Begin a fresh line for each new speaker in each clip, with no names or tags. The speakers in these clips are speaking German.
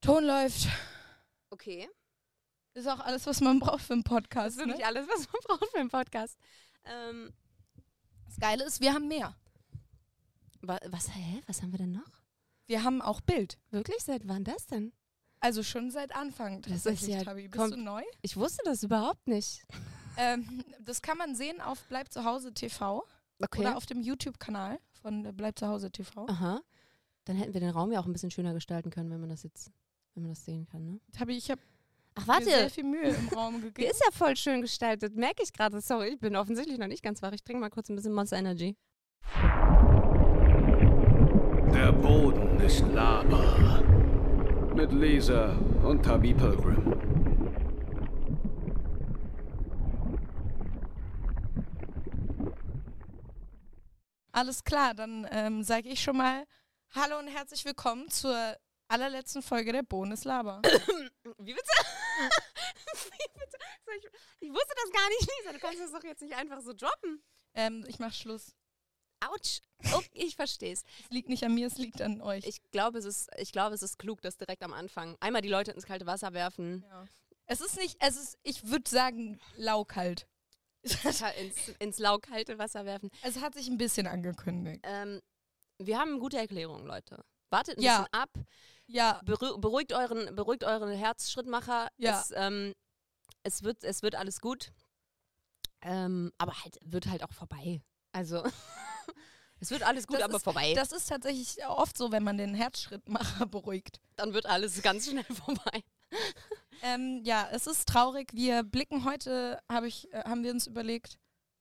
Ton läuft.
Okay.
Ist auch alles, was man braucht für einen
Das
Podcast.
ist wirklich
Ne?
alles, was man braucht für einen Podcast. Ähm,
Das Geile ist, wir haben mehr.
wa was, hä? Was haben wir denn noch?
Wir haben auch Bild.
Wirklich? Seit wann das denn?
Also schon seit Anfang
Das ist
tatsächlich,
ja-
Tabi. Bist
kommt-
du neu?
Ich wusste das überhaupt nicht.
Ähm, das kann man sehen auf Bleib zu Hause TV
Okay.
oder auf dem YouTube-Kanal von äh, Bleib zu Hause TV.
Aha. Dann hätten wir den Raum ja auch ein bisschen schöner gestalten können, wenn man das jetzt, wenn man das sehen kann, ne?
Tabi, ich habe
Ach,
mir sehr
warte.
viel Mühe im Raum
Die
gegeben.
ist ja voll schön gestaltet, merke ich gerade. Sorry, ich bin offensichtlich noch nicht ganz wach. Ich trinke mal kurz ein bisschen Monster Energy.
Der Boden ist Lava. Mit Lisa und Tabi Pilgrim.
Alles klar, dann ähm, sage ich schon mal Hallo und herzlich willkommen zur allerletzten Folge der Bonus Laber.
Wie bitte? Wie bitte? Soll Ich, ich wusste das gar nicht, Lisa. Du kannst das doch jetzt nicht einfach so droppen.
ähm, ich mache Schluss.
Autsch. Oh, ich verstehe es.
Es liegt nicht an mir, es liegt an euch.
Ich glaube, es ist, ich glaube, es ist klug, das direkt am Anfang. Einmal die Leute ins kalte Wasser werfen.
ja. Es ist nicht, es ist, ich würde sagen, halt. laukalt.
ins, ins laukalte Wasser werfen.
Es hat sich ein bisschen angekündigt.
Ähm, wir haben gute Erklärungen, Leute. Wartet ein
Ja.
bisschen ab.
Ja,
Beru beruhigt euren, beruhigt euren Herzschrittmacher.
Ja.
Es, ähm, es, wird, es wird alles gut. Ähm, aber halt, wird halt auch vorbei. Also, es wird alles gut,
Das
aber
ist-
vorbei.
das ist tatsächlich oft so, wenn man den Herzschrittmacher beruhigt.
Dann wird alles ganz schnell vorbei.
Ähm, ja, es ist traurig. Wir blicken heute, hab ich, äh, haben wir uns überlegt,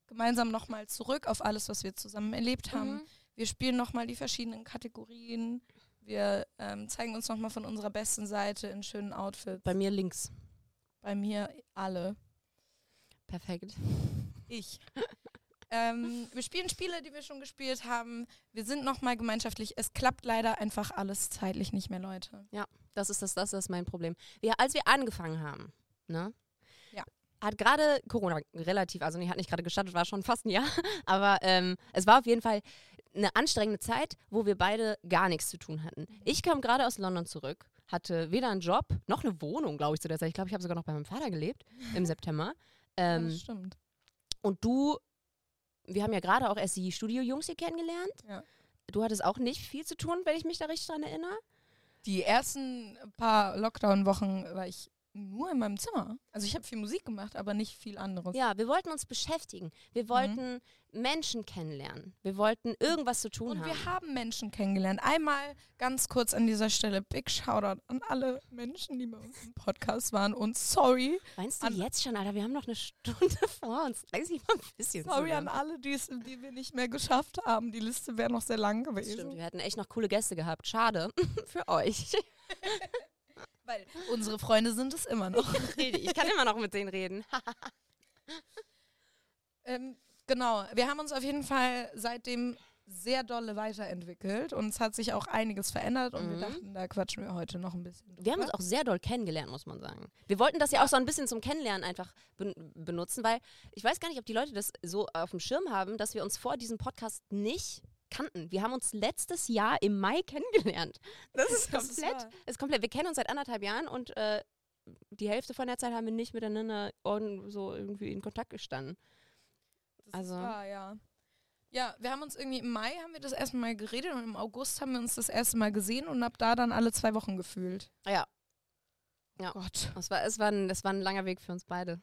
gemeinsam nochmal zurück auf alles, was wir zusammen erlebt haben.
Mhm.
Wir spielen nochmal die verschiedenen Kategorien. Wir ähm, zeigen uns nochmal von unserer besten Seite in schönen Outfits.
Bei mir links.
Bei mir alle.
Perfekt.
Ich. ähm, wir spielen Spiele, die wir schon gespielt haben. Wir sind nochmal gemeinschaftlich. Es klappt leider einfach alles zeitlich nicht mehr, Leute.
Das ist das, das ist mein Problem. Ja, als wir angefangen haben, ne?
Ja.
Hat gerade Corona relativ, also nee, hat nicht gerade gestartet, war schon fast ein Jahr, aber ähm, es war auf jeden Fall eine anstrengende Zeit, wo wir beide gar nichts zu tun hatten.
Mhm.
Ich kam gerade aus London zurück, hatte weder einen Job noch eine Wohnung, glaube ich, zu der Zeit. Ich glaube, ich habe sogar noch bei meinem Vater gelebt im
Ja,
September. Ähm,
das stimmt.
und du, wir haben ja gerade auch erst die Studio-Jungs hier kennengelernt.
Ja.
Du hattest auch nicht viel zu tun, wenn ich mich da richtig dran erinnere.
Die ersten paar Lockdown-Wochen war ich nur in meinem Zimmer. Also ich habe viel Musik gemacht, aber nicht viel anderes.
Ja, wir wollten uns beschäftigen. Wir wollten Menschen kennenlernen. Wir wollten irgendwas zu tun
Und
haben.
wir haben Menschen kennengelernt. Einmal ganz kurz an dieser Stelle Big Shoutout an alle Menschen, die bei uns im Podcast waren. Und sorry,
Meinst du
an-
jetzt schon, Alter? Wir haben noch eine Stunde vor uns. Lass ich mal ein bisschen
sorry an
zusammen.
alle, die es- die wir nicht mehr geschafft haben. Die Liste wäre noch sehr lang
Das Stimmt,
gewesen.
wir hätten echt noch coole Gäste gehabt. Schade für euch.
Weil unsere Freunde sind es immer noch.
Richtig, ich kann immer noch mit denen reden.
Ähm, genau, wir haben uns auf jeden Fall seitdem sehr dolle weiterentwickelt und es hat sich auch einiges verändert und wir
Mhm.
dachten, da quatschen wir heute noch ein bisschen drüber.
Wir haben uns auch sehr doll kennengelernt, muss man sagen. Wir wollten das ja auch so ein bisschen zum Kennenlernen einfach ben benutzen, weil ich weiß gar nicht, ob die Leute das so auf dem Schirm haben, dass wir uns vor diesem Podcast nicht kannten. Wir haben uns letztes Jahr im Mai kennengelernt. Das ist
Das ist
komplett.
wahr.
ist komplett. Wir kennen uns seit anderthalb Jahren und äh, die Hälfte von der Zeit haben wir nicht miteinander on, so irgendwie in Kontakt gestanden.
Das
Also-
ist wahr, ja. Ja, wir haben uns irgendwie im Mai haben wir das erste Mal geredet und im August haben wir uns das erste Mal gesehen und ab da dann alle zwei Wochen gefühlt.
Ja. Ja.
Oh Gott.
Es war, es war, ein, es war ein langer Weg für uns beide.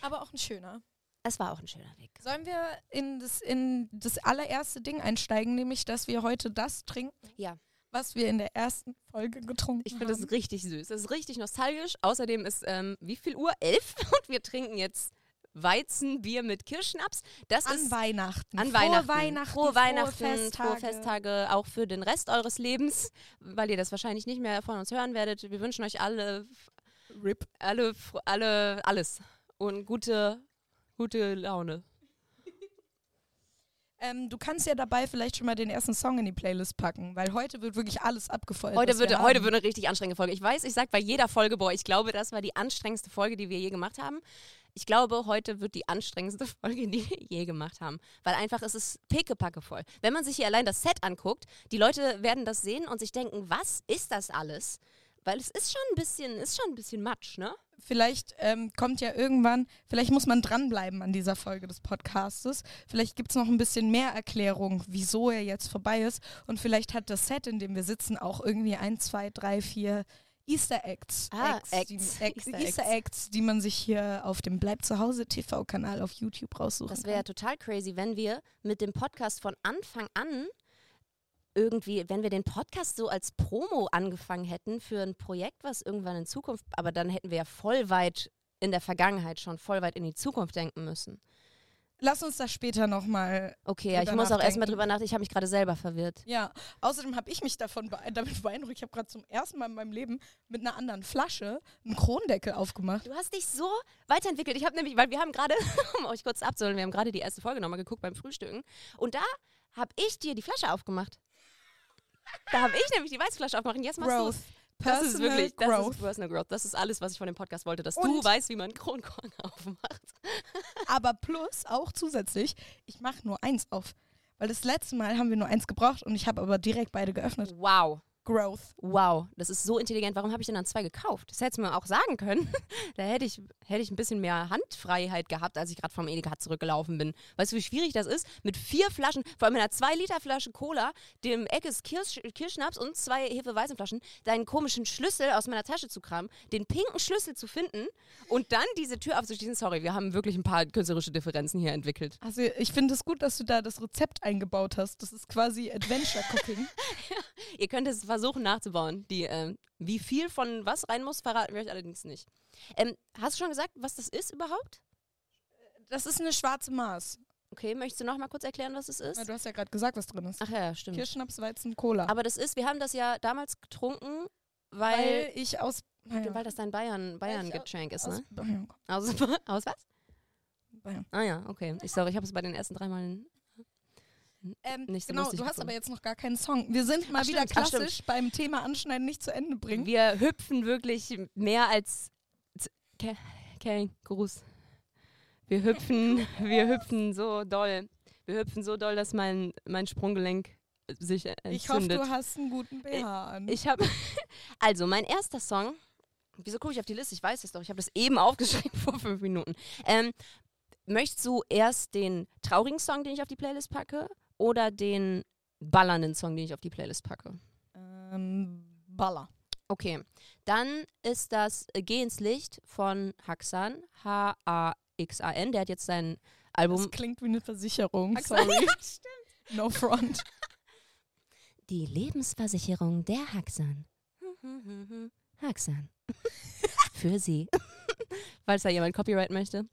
Aber auch ein schöner.
Es war auch ein schöner Weg.
Sollen wir in das, in das allererste Ding einsteigen, nämlich, dass wir heute das trinken,
Ja.
was wir in der ersten Folge getrunken
Ich
haben?
finde das richtig süß. Das ist richtig nostalgisch. Außerdem ist, ähm, wie viel Uhr? Elf. Und wir trinken jetzt Weizenbier mit Kirschschnaps. Das
an
ist
Weihnachten.
an
Frohe
Weihnachten.
Weihnachten.
Frohe Weihnachten,
Frohe Festtage.
frohe Festtage, auch für den Rest eures Lebens, weil ihr das wahrscheinlich nicht mehr von uns hören werdet. Wir wünschen euch alle,
RIP.
alle, fro- alle, alles. Und gute, gute Laune.
Ähm, du kannst ja dabei vielleicht schon mal den ersten Song in die Playlist packen, weil heute wird wirklich alles abgefeuert.
Heute
was
wird,
wir
heute
haben.
wird eine richtig anstrengende Folge. Ich weiß, ich sag bei jeder Folge, boah, ich glaube, das war die anstrengendste Folge, die wir je gemacht haben. Ich glaube, heute wird die anstrengendste Folge, die wir je gemacht haben. Weil einfach es ist pickepacke voll. Wenn man sich hier allein das Set anguckt, die Leute werden das sehen und sich denken, was ist das alles? Weil es ist schon ein bisschen, ist schon ein bisschen Matsch, ne?
Vielleicht ähm, kommt ja irgendwann, vielleicht muss man dranbleiben an dieser Folge des Podcastes. Vielleicht gibt es noch ein bisschen mehr Erklärung, wieso er jetzt vorbei ist. Und vielleicht hat das Set, in dem wir sitzen, auch irgendwie ein, zwei, drei, vier Easter Eggs.
Ah,
Eggs, die-
Eggs.
Eggs,
Easter
Easter, Eggs, die man sich hier auf dem Bleib zu Hause TV-Kanal auf YouTube raussuchen
Das
kann.
wäre total crazy, wenn wir mit dem Podcast von Anfang an irgendwie, wenn wir den Podcast so als Promo angefangen hätten für ein Projekt, was irgendwann in Zukunft, aber dann hätten wir ja voll weit in der Vergangenheit schon, voll weit in die Zukunft denken müssen.
Lass uns das später nochmal.
Okay, ja, ich
Drüber
muss auch erstmal
nachdenken.
drüber nachdenken, ich habe mich gerade selber verwirrt.
Ja, außerdem habe ich mich davon bee- damit beeindruckt. Ich habe gerade zum ersten Mal in meinem Leben mit einer anderen Flasche einen Krondeckel aufgemacht.
Du hast dich so weiterentwickelt. Ich habe nämlich, weil wir haben gerade, um euch kurz abzuholen, wir haben gerade die erste Folge nochmal geguckt beim Frühstücken. Und da habe ich dir die Flasche aufgemacht. Da habe ich nämlich die Weißflasche aufgemacht. Und Jetzt machst du
Growth.
Das
Personal
ist wirklich das
Growth.
Ist Personal Growth. Das ist alles, was ich von dem Podcast wollte, dass du
Und-
weißt, wie man Kronkorn aufmacht.
Aber plus auch zusätzlich, ich mache nur eins auf. Weil das letzte Mal haben wir nur eins gebraucht und ich habe aber direkt beide geöffnet.
Wow.
Growth.
Wow, das ist so intelligent. Warum habe ich denn dann zwei gekauft? Das hättest du mir auch sagen können. Da hätte ich, hätte ich ein bisschen mehr Handfreiheit gehabt, als ich gerade vom Edeka zurückgelaufen bin. Weißt du, wie schwierig das ist? Mit vier Flaschen, vor allem mit einer 2-Liter-Flasche Cola, dem Eckes Kirsch, Kirschnaps und zwei Hefeweißen Flaschen, deinen komischen Schlüssel aus meiner Tasche zu kramen, den pinken Schlüssel zu finden und dann diese Tür aufzuschließen. Sorry, wir haben wirklich ein paar künstlerische Differenzen hier entwickelt.
Also ich finde es gut, dass du da das Rezept eingebaut hast. Das ist quasi Adventure Cooking.
Ihr könnt es versuchen nachzubauen. Die, ähm, wie viel von was rein muss, verraten wir euch allerdings nicht. Ähm, hast du schon gesagt, was das ist überhaupt?
das ist eine schwarze Maß.
Okay, möchtest du noch mal kurz erklären, was es
Ja,
ist?
du hast ja gerade gesagt, was drin ist.
Ach ja, stimmt.
Kirschschnaps, Weizen, Cola.
Aber das ist, wir haben das ja damals getrunken, weil,
weil ich aus.
weil, das dein Bayern, Bayern
ich au-
Getränk ist,
aus
ne?
Bayern komme.
Aus, aus was?
Bayern.
Ah ja, okay. Ich sorry, ich habe es bei den ersten drei Malen.
Ähm,
Nicht so
genau,
lustig
du hast
gefunden.
aber jetzt noch gar keinen Song. Wir sind mal
Ach,
wieder
stimmt, ach, stimmt.
klassisch beim Thema Anschneiden nicht zu Ende bringen.
Wir hüpfen wirklich mehr als z- Ke- Kängurus. Wir hüpfen, wir hüpfen so doll. Wir hüpfen so doll, dass mein, mein Sprunggelenk sich entzündet. Äh,
ich hoffe, du hast einen guten BH an.
Ich habe also mein erster Song. Wieso gucke ich auf die Liste? Ich weiß es doch. Ich habe das eben aufgeschrieben vor fünf Minuten. Ähm, möchtest du erst den traurigen Song, den ich auf die Playlist packe, oder den ballernden Song, den ich auf die Playlist packe?
ähm, Baller.
Okay, dann ist das äh, Geh ins Licht von Haxan, H-A-X-A-N. Der hat jetzt sein Album
Das klingt wie eine Versicherung.
Haxan.
Sorry. No front.
Die Lebensversicherung der Haxan. Haxan. Für Sie. Falls da jemand Copyright möchte.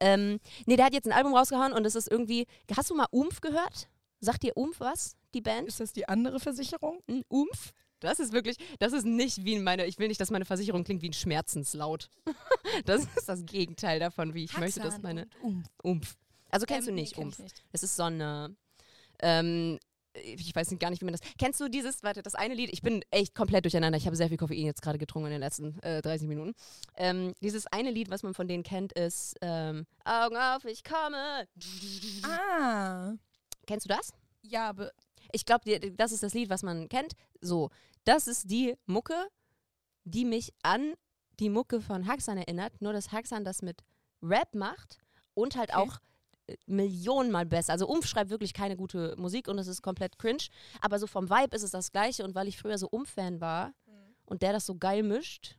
Ähm, nee, der hat jetzt ein Album rausgehauen und es ist irgendwie. Hast du mal Umf gehört? Sagt dir Umf was? Die Band?
Ist das die andere Versicherung?
Ein Umf? Das ist wirklich, das ist nicht wie meine, ich will nicht, dass meine Versicherung klingt wie ein Schmerzenslaut. Das ist das Gegenteil davon, wie ich möchte, dass meine Umf. Also kennst
Ähm,
du nicht Umf? Es ist so eine. Ähm, ich weiß nicht gar nicht, wie man das. Kennst du dieses, warte, das eine Lied? Ich bin echt komplett durcheinander. Ich habe sehr viel Koffein jetzt gerade getrunken in den letzten äh, 30 Minuten. Ähm, dieses eine Lied, was man von denen kennt, ist ähm, Augen auf, ich komme.
Ah.
Kennst du das?
Ja, aber
Ich glaube, das ist das Lied, was man kennt. So, das ist die Mucke, die mich an die Mucke von Haxan erinnert. Nur, dass Haxan das mit Rap macht und halt
Okay.
auch äh, millionenmal besser. Also Umf schreibt wirklich keine gute Musik und es ist komplett cringe. Aber so vom Vibe ist es das Gleiche. Und weil ich früher so Umf-Fan war
Mhm.
und der das so geil mischt,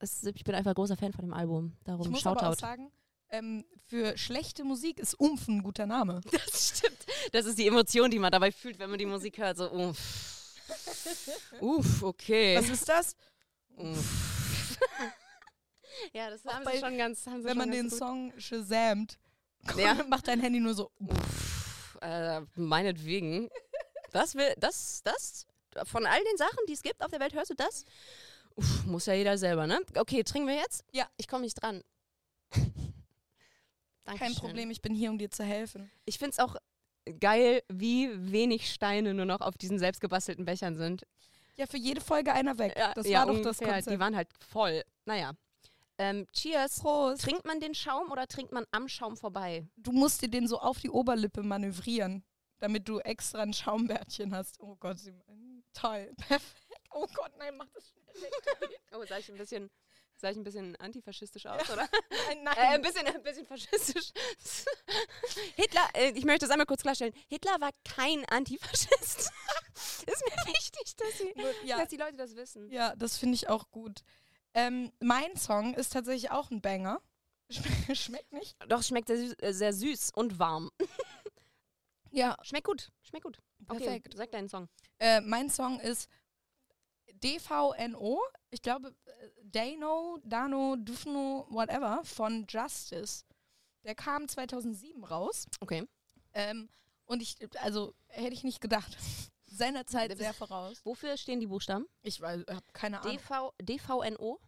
es, ich bin einfach großer Fan von dem Album.
ich
Darum
muss aber auch
Shoutout.
sagen, ähm, für schlechte Musik ist Umf ein guter Name.
Das stimmt. Das ist die Emotion, die man dabei fühlt, wenn man die Musik hört. So, uff. Uff, okay.
Was ist das?
ja, das
Auch
haben sie
bei-
schon ganz. Haben sie
Wenn
schon
man
ganz
den
gut.
Song shazamt,
Ja.
macht dein Handy nur so.
Pff, äh, meinetwegen. Das will, das, das, von all den Sachen, die es gibt auf der Welt, hörst du das? Uff, muss ja jeder selber, ne? Okay, trinken wir jetzt?
Ja.
Ich komme nicht dran.
Kein
Dankeschön.
Problem, ich bin hier, um dir zu helfen.
Ich finde es auch geil, wie wenig Steine nur noch auf diesen selbstgebastelten Bechern sind.
Ja, für jede Folge einer weg.
Ja,
das
ja,
war doch das
ungefähr. Die
Konzept.
waren halt voll. Naja. Ähm, cheers.
Prost.
Trinkt man den Schaum oder trinkt man am Schaum vorbei?
Du musst dir den so auf die Oberlippe manövrieren, damit du extra ein Schaumbärtchen hast. Oh Gott, sie- toll, perfekt. Oh Gott, nein, mach das schnell.
Oh, sah ich ein bisschen, sah ich ein bisschen antifaschistisch aus, oder?
Nein,
Äh,
nein.
ein, bisschen, ein bisschen faschistisch. Hitler, äh, ich möchte das einmal kurz klarstellen, Hitler war kein Antifaschist. ist mir wichtig, dass, sie,
Nur- ja.
dass die Leute das wissen.
Ja, das finde ich auch gut. Ähm, mein Song ist tatsächlich auch ein Banger. Schme- Schmeckt nicht?
Doch, schmeckt sehr, süß- äh, sehr süß und warm.
Ja.
Schmeckt gut, schmeckt gut. Okay,
Perfekt.
sag deinen Song.
Äh, mein Song ist DVNO. Ich glaube, äh, Dano, Dano, Dufno, whatever, von Justice. Der kam 2007 raus.
Okay.
Ähm, und ich, also, hätte ich nicht gedacht. Seinerzeit sehr voraus.
Wofür stehen die Buchstaben?
Ich habe
Ah.
keine Ahnung.
DV, DVNO?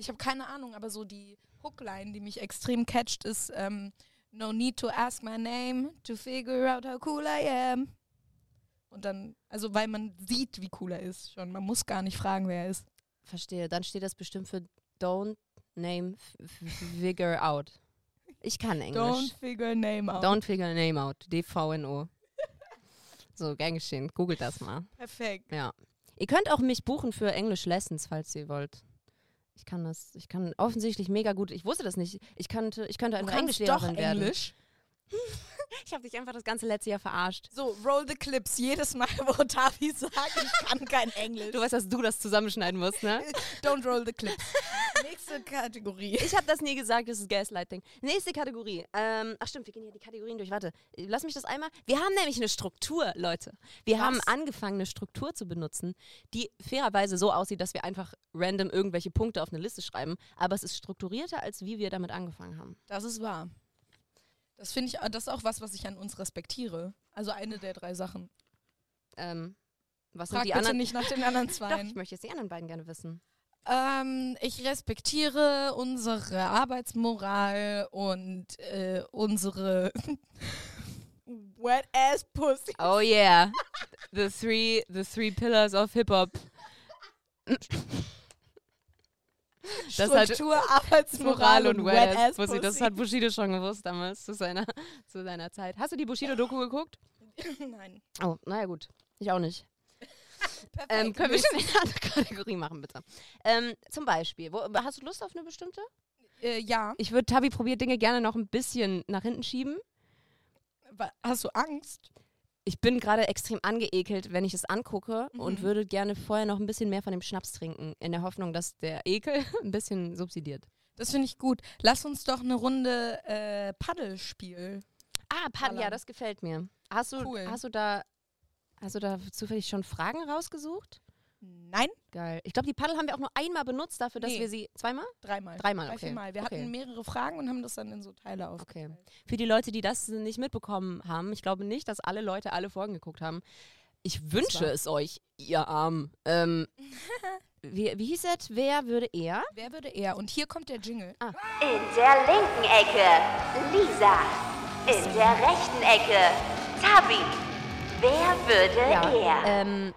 ich habe keine Ahnung, aber so die Hookline, die mich extrem catcht, ist ähm, No need to ask my name to figure out how cool I am. Und dann, also weil man sieht, wie cool er ist schon. Man muss gar nicht fragen, wer er ist.
Verstehe, dann steht das bestimmt für Don't Name F- F- Figure Out. Ich kann Englisch.
Don't figure name out.
Don't Figure Name Out, DVNO. so, gern geschehen, googelt das mal.
Perfekt.
Ja. Ihr könnt auch mich buchen für Englisch Lessons, falls ihr wollt. Ich kann das, ich kann offensichtlich mega gut, ich wusste das nicht. Ich könnte, ich könnte
Du
einfach
kannst doch
Englischlehrerin werden.
Englisch.
Ich habe dich einfach das ganze letzte Jahr verarscht.
So, roll the clips. Jedes Mal, wo Tavi sagt, ich kann kein Englisch.
Du weißt, dass du das zusammenschneiden musst, ne?
Don't roll the clips. Nächste Kategorie.
Ich habe das nie gesagt, das ist Gaslighting. Nächste Kategorie. Ähm, ach stimmt, wir gehen hier die Kategorien durch. Warte, lass mich das einmal. Wir haben nämlich eine Struktur, Leute. Wir
Was?
haben angefangen, eine Struktur zu benutzen, die fairerweise so aussieht, dass wir einfach random irgendwelche Punkte auf eine Liste schreiben. Aber es ist strukturierter, als wie wir damit angefangen haben.
Das ist wahr. Das finde ich, das ist auch was, was ich an uns respektiere. Also eine der drei Sachen.
Ähm, was
Frag
sind die
bitte
anderen?
nicht nach den anderen
Doch,
zwei.
ich möchte jetzt die anderen beiden gerne wissen.
ähm, ich respektiere unsere Arbeitsmoral und äh, unsere wet ass pussy.
Oh yeah. The three, the three pillars of Hip-Hop. Das hat-
Struktur, Arbeitsmoral und wet ass pussy.
Das hat Bushido schon gewusst damals zu seiner, zu seiner Zeit. Hast du die Bushido-Doku geguckt?
Nein.
Oh, naja gut. Ich auch nicht.
Perfekt.
Ähm, können wir schon eine andere Kategorie machen, bitte? Ähm, zum Beispiel, wo, hast du Lust auf eine bestimmte?
äh, ja.
Ich würde, Tabi probiert Dinge gerne noch ein bisschen nach hinten schieben.
Wa- Hast du Angst?
Ich bin gerade extrem angeekelt, wenn ich es angucke und
Mhm.
würde gerne vorher noch ein bisschen mehr von dem Schnaps trinken, in der Hoffnung, dass der Ekel ein bisschen subsidiert.
Das finde ich gut. Lass uns doch eine Runde äh, Paddelspiel.
Ah, Pan, ja,
Ballern.
das gefällt mir. Hast du,
Cool.
hast du da, hast du da zufällig schon Fragen rausgesucht?
Nein,
Geil. Ich glaube, die Paddel haben wir auch nur einmal benutzt, dafür, dass
Nee.
wir sie zweimal?
dreimal.
Dreimal,
Drei,
okay.
viermal. Wir
Okay.
hatten mehrere Fragen und haben das dann in so Teile auf.
Okay. Für die Leute, die das nicht mitbekommen haben, ich glaube nicht, dass alle Leute alle Folgen geguckt haben. Ich wünsche
war-
es euch, ihr Arm. Ähm, wie, wie hieß es? Wer würde er?
Wer würde eher? Und hier kommt der Jingle.
Ah.
In der linken Ecke Lisa. In der rechten Ecke Tabi. Wer würde er?
Ähm,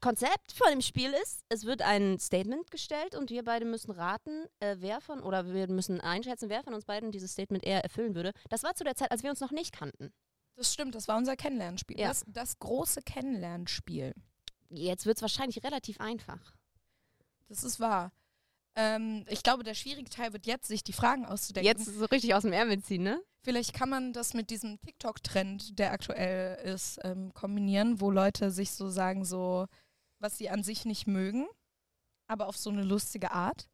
Konzept von dem Spiel ist, es wird ein Statement gestellt und wir beide müssen raten, äh, wer von, oder wir müssen einschätzen, wer von uns beiden dieses Statement eher erfüllen würde. Das war zu der Zeit, als wir uns noch nicht kannten.
Das stimmt, das war unser Kennenlernspiel.
Ja.
Das, das große Kennenlernspiel.
Jetzt wird es wahrscheinlich relativ einfach.
Das ist wahr. Ähm, ich glaube, der schwierige Teil wird jetzt, sich die Fragen auszudenken.
so richtig aus dem Ärmel ziehen, ne?
Vielleicht kann man das mit diesem TikTok-Trend, der aktuell ist, ähm, kombinieren, wo Leute sich so sagen, so, was sie an sich nicht mögen, aber auf so eine lustige Art.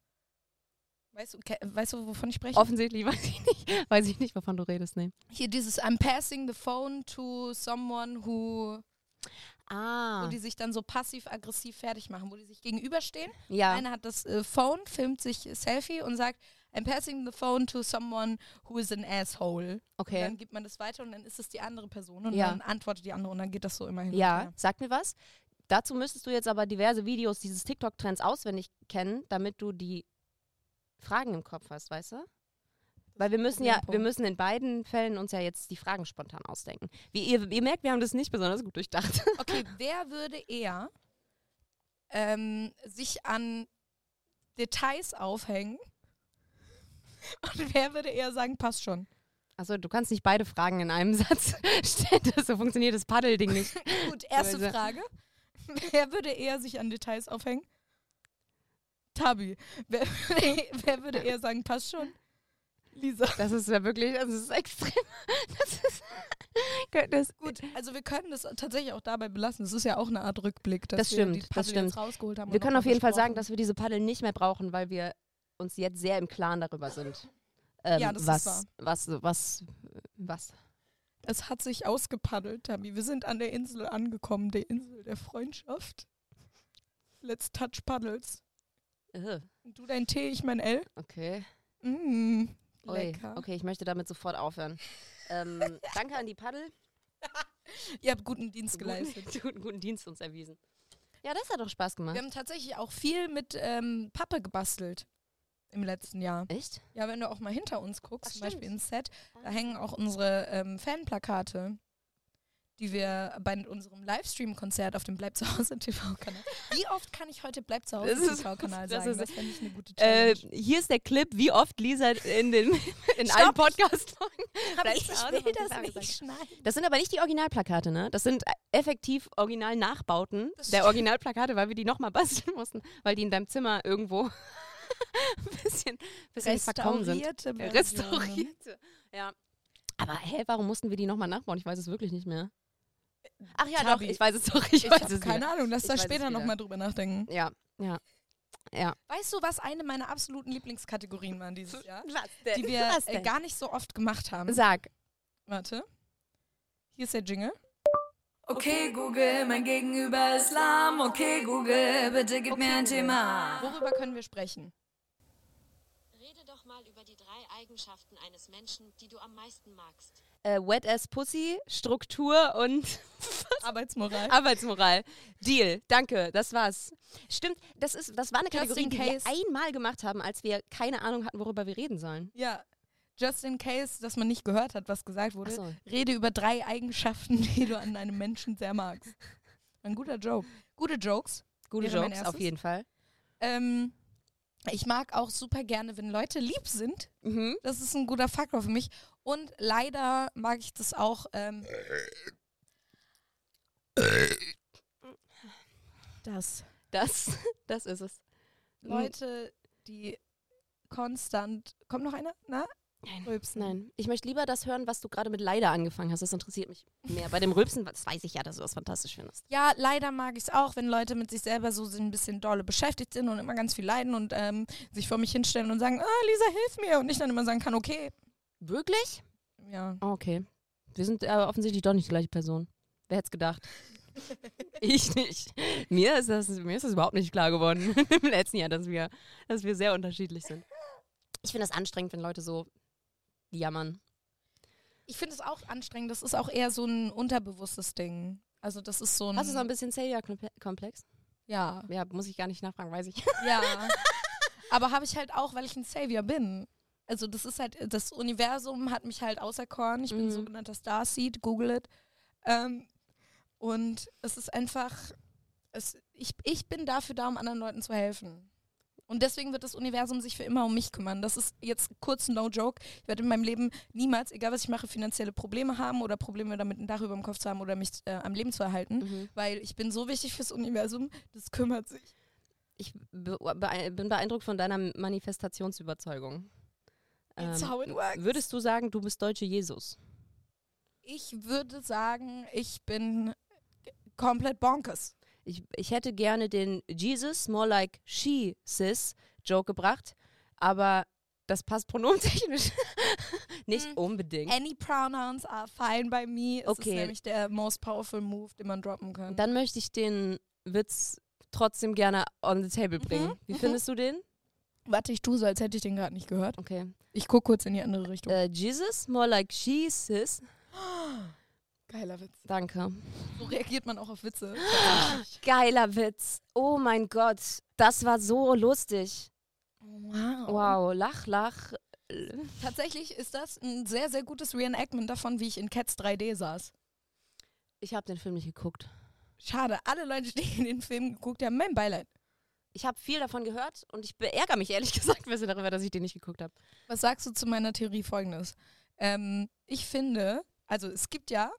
Weißt du, ke- weißt du wovon ich spreche?
Offensichtlich weiß ich nicht, weiß ich nicht wovon du redest, ne?
Hier dieses I'm passing the phone to someone who, wo
Ah,
die sich dann so passiv-aggressiv fertig machen, wo die sich gegenüberstehen
ja.
Einer hat das äh, Phone, filmt sich äh, Selfie und sagt, I'm passing the phone to someone who is an asshole. Und
Okay.
dann gibt man das weiter und dann ist es die andere Person und
Ja.
dann antwortet die andere und dann geht das so immer hin. und
Ja,
her.
sag mir was. Dazu müsstest du jetzt aber diverse Videos dieses TikTok-Trends auswendig kennen, damit du die Fragen im Kopf hast, weißt du? Weil wir müssen ja, wir
Problempunkt.
müssen in beiden Fällen uns ja jetzt die Fragen spontan ausdenken. Wie ihr, ihr merkt, wir haben das nicht besonders gut durchdacht.
Okay, wer würde eher ähm, sich an Details aufhängen? Und wer würde eher sagen, passt schon?
Also du kannst nicht beide Fragen in einem Satz stellen, das so funktioniert das Paddelding nicht.
Gut, erste
Also-
Frage. Wer würde eher sich an Details aufhängen? Tabi. Wer, wer würde eher sagen, passt schon? Lisa.
Das ist ja wirklich, das ist extrem. Das ist. Könnt- Das,
Gut, also wir können das tatsächlich auch dabei belassen. Es ist ja auch eine Art Rückblick, dass
Das
wir die
stimmt, das
Puzzle
stimmt.
jetzt rausgeholt haben.
wir können auf jeden Fall sagen, dass wir diese Paddel nicht mehr brauchen, weil wir uns jetzt sehr im Klaren darüber sind. Ähm,
Ja, das ist
was,
wahr.
was, was, was,
es hat sich ausgepaddelt, Tabi. Wir sind an der Insel angekommen, der Insel der Freundschaft. Let's touch paddles.
Äh,
Und Du dein T, ich mein L.
Okay.
Mm,
Ui,
lecker.
Okay, ich möchte damit sofort aufhören. ähm, danke an die Paddel.
Ihr habt guten Dienst geleistet.
Guten, guten, guten Dienst uns erwiesen. Ja, das hat doch Spaß
Wir
gemacht.
haben tatsächlich auch viel mit ähm, Pappe gebastelt im letzten Jahr.
Echt?
Ja, wenn du auch mal hinter uns guckst,
Ach,
zum Beispiel
stimmt.
ins Set, da hängen auch unsere ähm, Fanplakate, die wir bei unserem Livestream-Konzert auf dem Bleib zu Hause TV-Kanal. Wie oft kann ich heute Bleib zu Hause
Das ist-
TV-Kanal
das
sagen?
ist-
das fände ich eine gute
Äh,
Challenge.
hier ist der Clip, wie oft Lisa in, den, in allen
Stopp,
Podcast-Folgen.
Aber
Bleib
ich
zu Hause
will
wird
das
gesagt,
nicht
gesagt.
schneiden.
Das sind aber nicht die Originalplakate, ne? Das sind äh, effektiv Original-Nachbauten
Das
der
stimmt.
Originalplakate, weil wir die nochmal basteln mussten, weil die in deinem Zimmer irgendwo ein bisschen, bisschen verkommen sind.
Restaurierte Versionen.
Restaurierte. Ja. Aber hey, warum mussten wir die nochmal nachbauen? Ich weiß es wirklich nicht mehr. Ach ja,
Tabi.
doch, ich weiß es doch. Ich,
Ich
weiß
habe
es
keine Ahnung, lass
Ich
da
weiß es
später
wieder.
nochmal drüber nachdenken.
wieder. Ja, ja. Ja.
Weißt du, was eine meiner absoluten Lieblingskategorien war dieses Jahr?
Was
Die wir äh, gar nicht so oft gemacht haben.
Sag.
Warte. Hier ist der Jingle.
Okay, Google, mein Gegenüber ist lahm. Okay, Google, bitte gib mir ein
Ah.
Thema.
Worüber können wir sprechen?
Rede doch mal über die drei Eigenschaften eines Menschen, die du am meisten magst.
Äh, wet as Pussy, Struktur und
Arbeitsmoral.
Arbeitsmoral. Deal. Danke. Das war's. Stimmt, das, ist, das war eine
Just
Kategorie,
in
die wir
case.
einmal gemacht haben, als wir keine Ahnung hatten, worüber wir reden sollen.
ja. Just in case, dass man nicht gehört hat, was gesagt wurde,
Ach so.
rede über drei Eigenschaften, die du an einem Menschen sehr magst. Ein guter Joke. Gute Jokes.
Gute
Wäre mein
Jokes, auf
erstes.
jeden Fall.
Ähm, ich mag auch super gerne, wenn Leute lieb sind.
Mhm.
Das ist ein guter Faktor für mich. Und leider mag ich das auch. Ähm,
Hm.
das.
Das, das ist es.
Leute, die konstant. Kommt noch einer? Na?
Nein.
Rülpsen.
Nein, ich möchte lieber das hören, was du gerade mit leider angefangen hast. Das interessiert mich mehr. Bei dem Rülpsen, das weiß ich ja, dass du das fantastisch findest.
Ja, leider mag ich es auch, wenn Leute mit sich selber so sind, ein bisschen dolle beschäftigt sind und immer ganz viel leiden und ähm, sich vor mich hinstellen und sagen, ah, Lisa, hilf mir. Und ich dann immer sagen kann, okay.
Wirklich?
Ja.
Ah, Okay. Wir sind äh, offensichtlich doch nicht die gleiche Person. Wer hätte es gedacht? ich nicht. Mir ist, das, mir ist das überhaupt nicht klar geworden im letzten Jahr, dass wir, dass wir sehr unterschiedlich sind. Ich finde das anstrengend, wenn Leute so jammern.
Ich finde es auch anstrengend. Das ist auch eher so ein unterbewusstes Ding. Also das ist so ein...
Hast du so ein bisschen Savior-Komplex?
ja.
Ja, muss ich gar nicht nachfragen, weiß ich.
Ja. Aber habe ich halt auch, weil ich ein Savior bin. Also das ist halt, das Universum hat mich halt auserkoren. Ich bin
Mhm.
sogenannter Starseed, google it. Ähm, und es ist einfach, es, ich, ich bin dafür da, um anderen Leuten zu helfen. Und deswegen wird das Universum sich für immer um mich kümmern. Das ist jetzt kurz no joke. Ich werde in meinem Leben niemals, egal was ich mache, finanzielle Probleme haben oder Probleme damit, ein Dach über dem Kopf zu haben oder mich äh, am Leben zu erhalten. Weil ich bin so wichtig fürs Universum, das kümmert sich.
Ich be bee- bin beeindruckt von deiner Manifestationsüberzeugung.
It's
Ähm,
how it works.
Würdest du sagen, du bist deutsche Jesus?
Ich würde sagen, ich bin g- komplett bonkers.
Ich, ich hätte gerne den Jesus, more like she, sis, Joke gebracht, aber das passt pronomentechnisch nicht unbedingt.
Any pronouns are fine by me. Es
Okay.
ist nämlich der most powerful move, den man droppen kann.
Dann möchte ich den Witz trotzdem gerne on the table bringen. Wie findest du den?
Warte, ich tue so, als hätte ich den gerade nicht gehört.
Okay.
Ich gucke kurz in die andere Richtung.
Äh, Jesus, more like she, sis. Äh.
Geiler Witz.
Danke.
So reagiert man auch auf Witze.
Geiler Witz. Oh mein Gott, das war so lustig.
Wow.
Wow, lach, lach.
Tatsächlich ist das ein sehr, sehr gutes Reenactment davon, wie ich in Cats 3D saß.
Ich habe den Film nicht geguckt.
Schade, alle Leute, die in den Film geguckt haben, mein Beileid.
Ich habe viel davon gehört und ich beärgere mich ehrlich gesagt ein bisschen darüber, dass ich den nicht geguckt habe.
Was sagst du zu meiner Theorie folgendes? Ähm, ich finde, also es gibt ja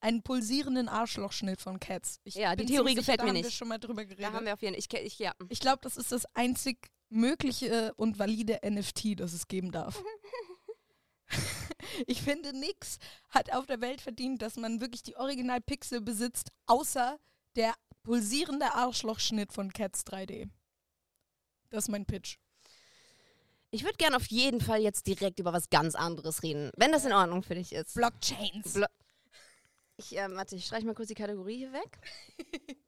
einen pulsierenden Arschlochschnitt von Cats. Ich
Ja, die
bin ziemlich
Theorie gefällt
da
mir
haben
nicht.
Wir schon mal drüber
Da haben
geredet.
wir auf jeden Fall. Ich, ke- ich, ja.
Ich glaube, das ist das einzig mögliche und valide NFT, das es geben darf. ich finde, nix hat auf der Welt verdient, dass man wirklich die Original-Pixel besitzt, außer der pulsierende Arschlochschnitt von Cats 3D. Das ist mein Pitch.
Ich würde gerne auf jeden Fall jetzt direkt über was ganz anderes reden, wenn das in Ordnung für dich ist.
Blockchains.
Blo- Ich, ähm, warte, ich streiche mal kurz die Kategorie hier weg.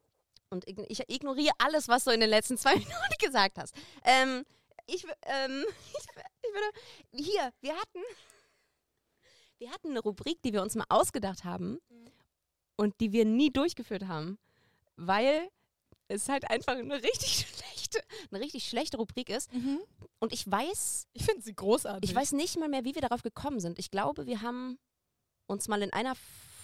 Und ign ich ignoriere alles, was du in den letzten zwei Minuten gesagt hast. Ähm, ich, wü- ähm, ich, wü- ich würde. Hier, wir hatten. Wir hatten eine Rubrik, die wir uns mal ausgedacht haben und die wir nie durchgeführt haben, weil es halt einfach eine richtig schlechte, eine richtig schlechte Rubrik ist.
Mhm.
Und ich weiß
Ich finde sie großartig.
ich weiß nicht mal mehr, wie wir darauf gekommen sind. Ich glaube, wir haben uns mal in einer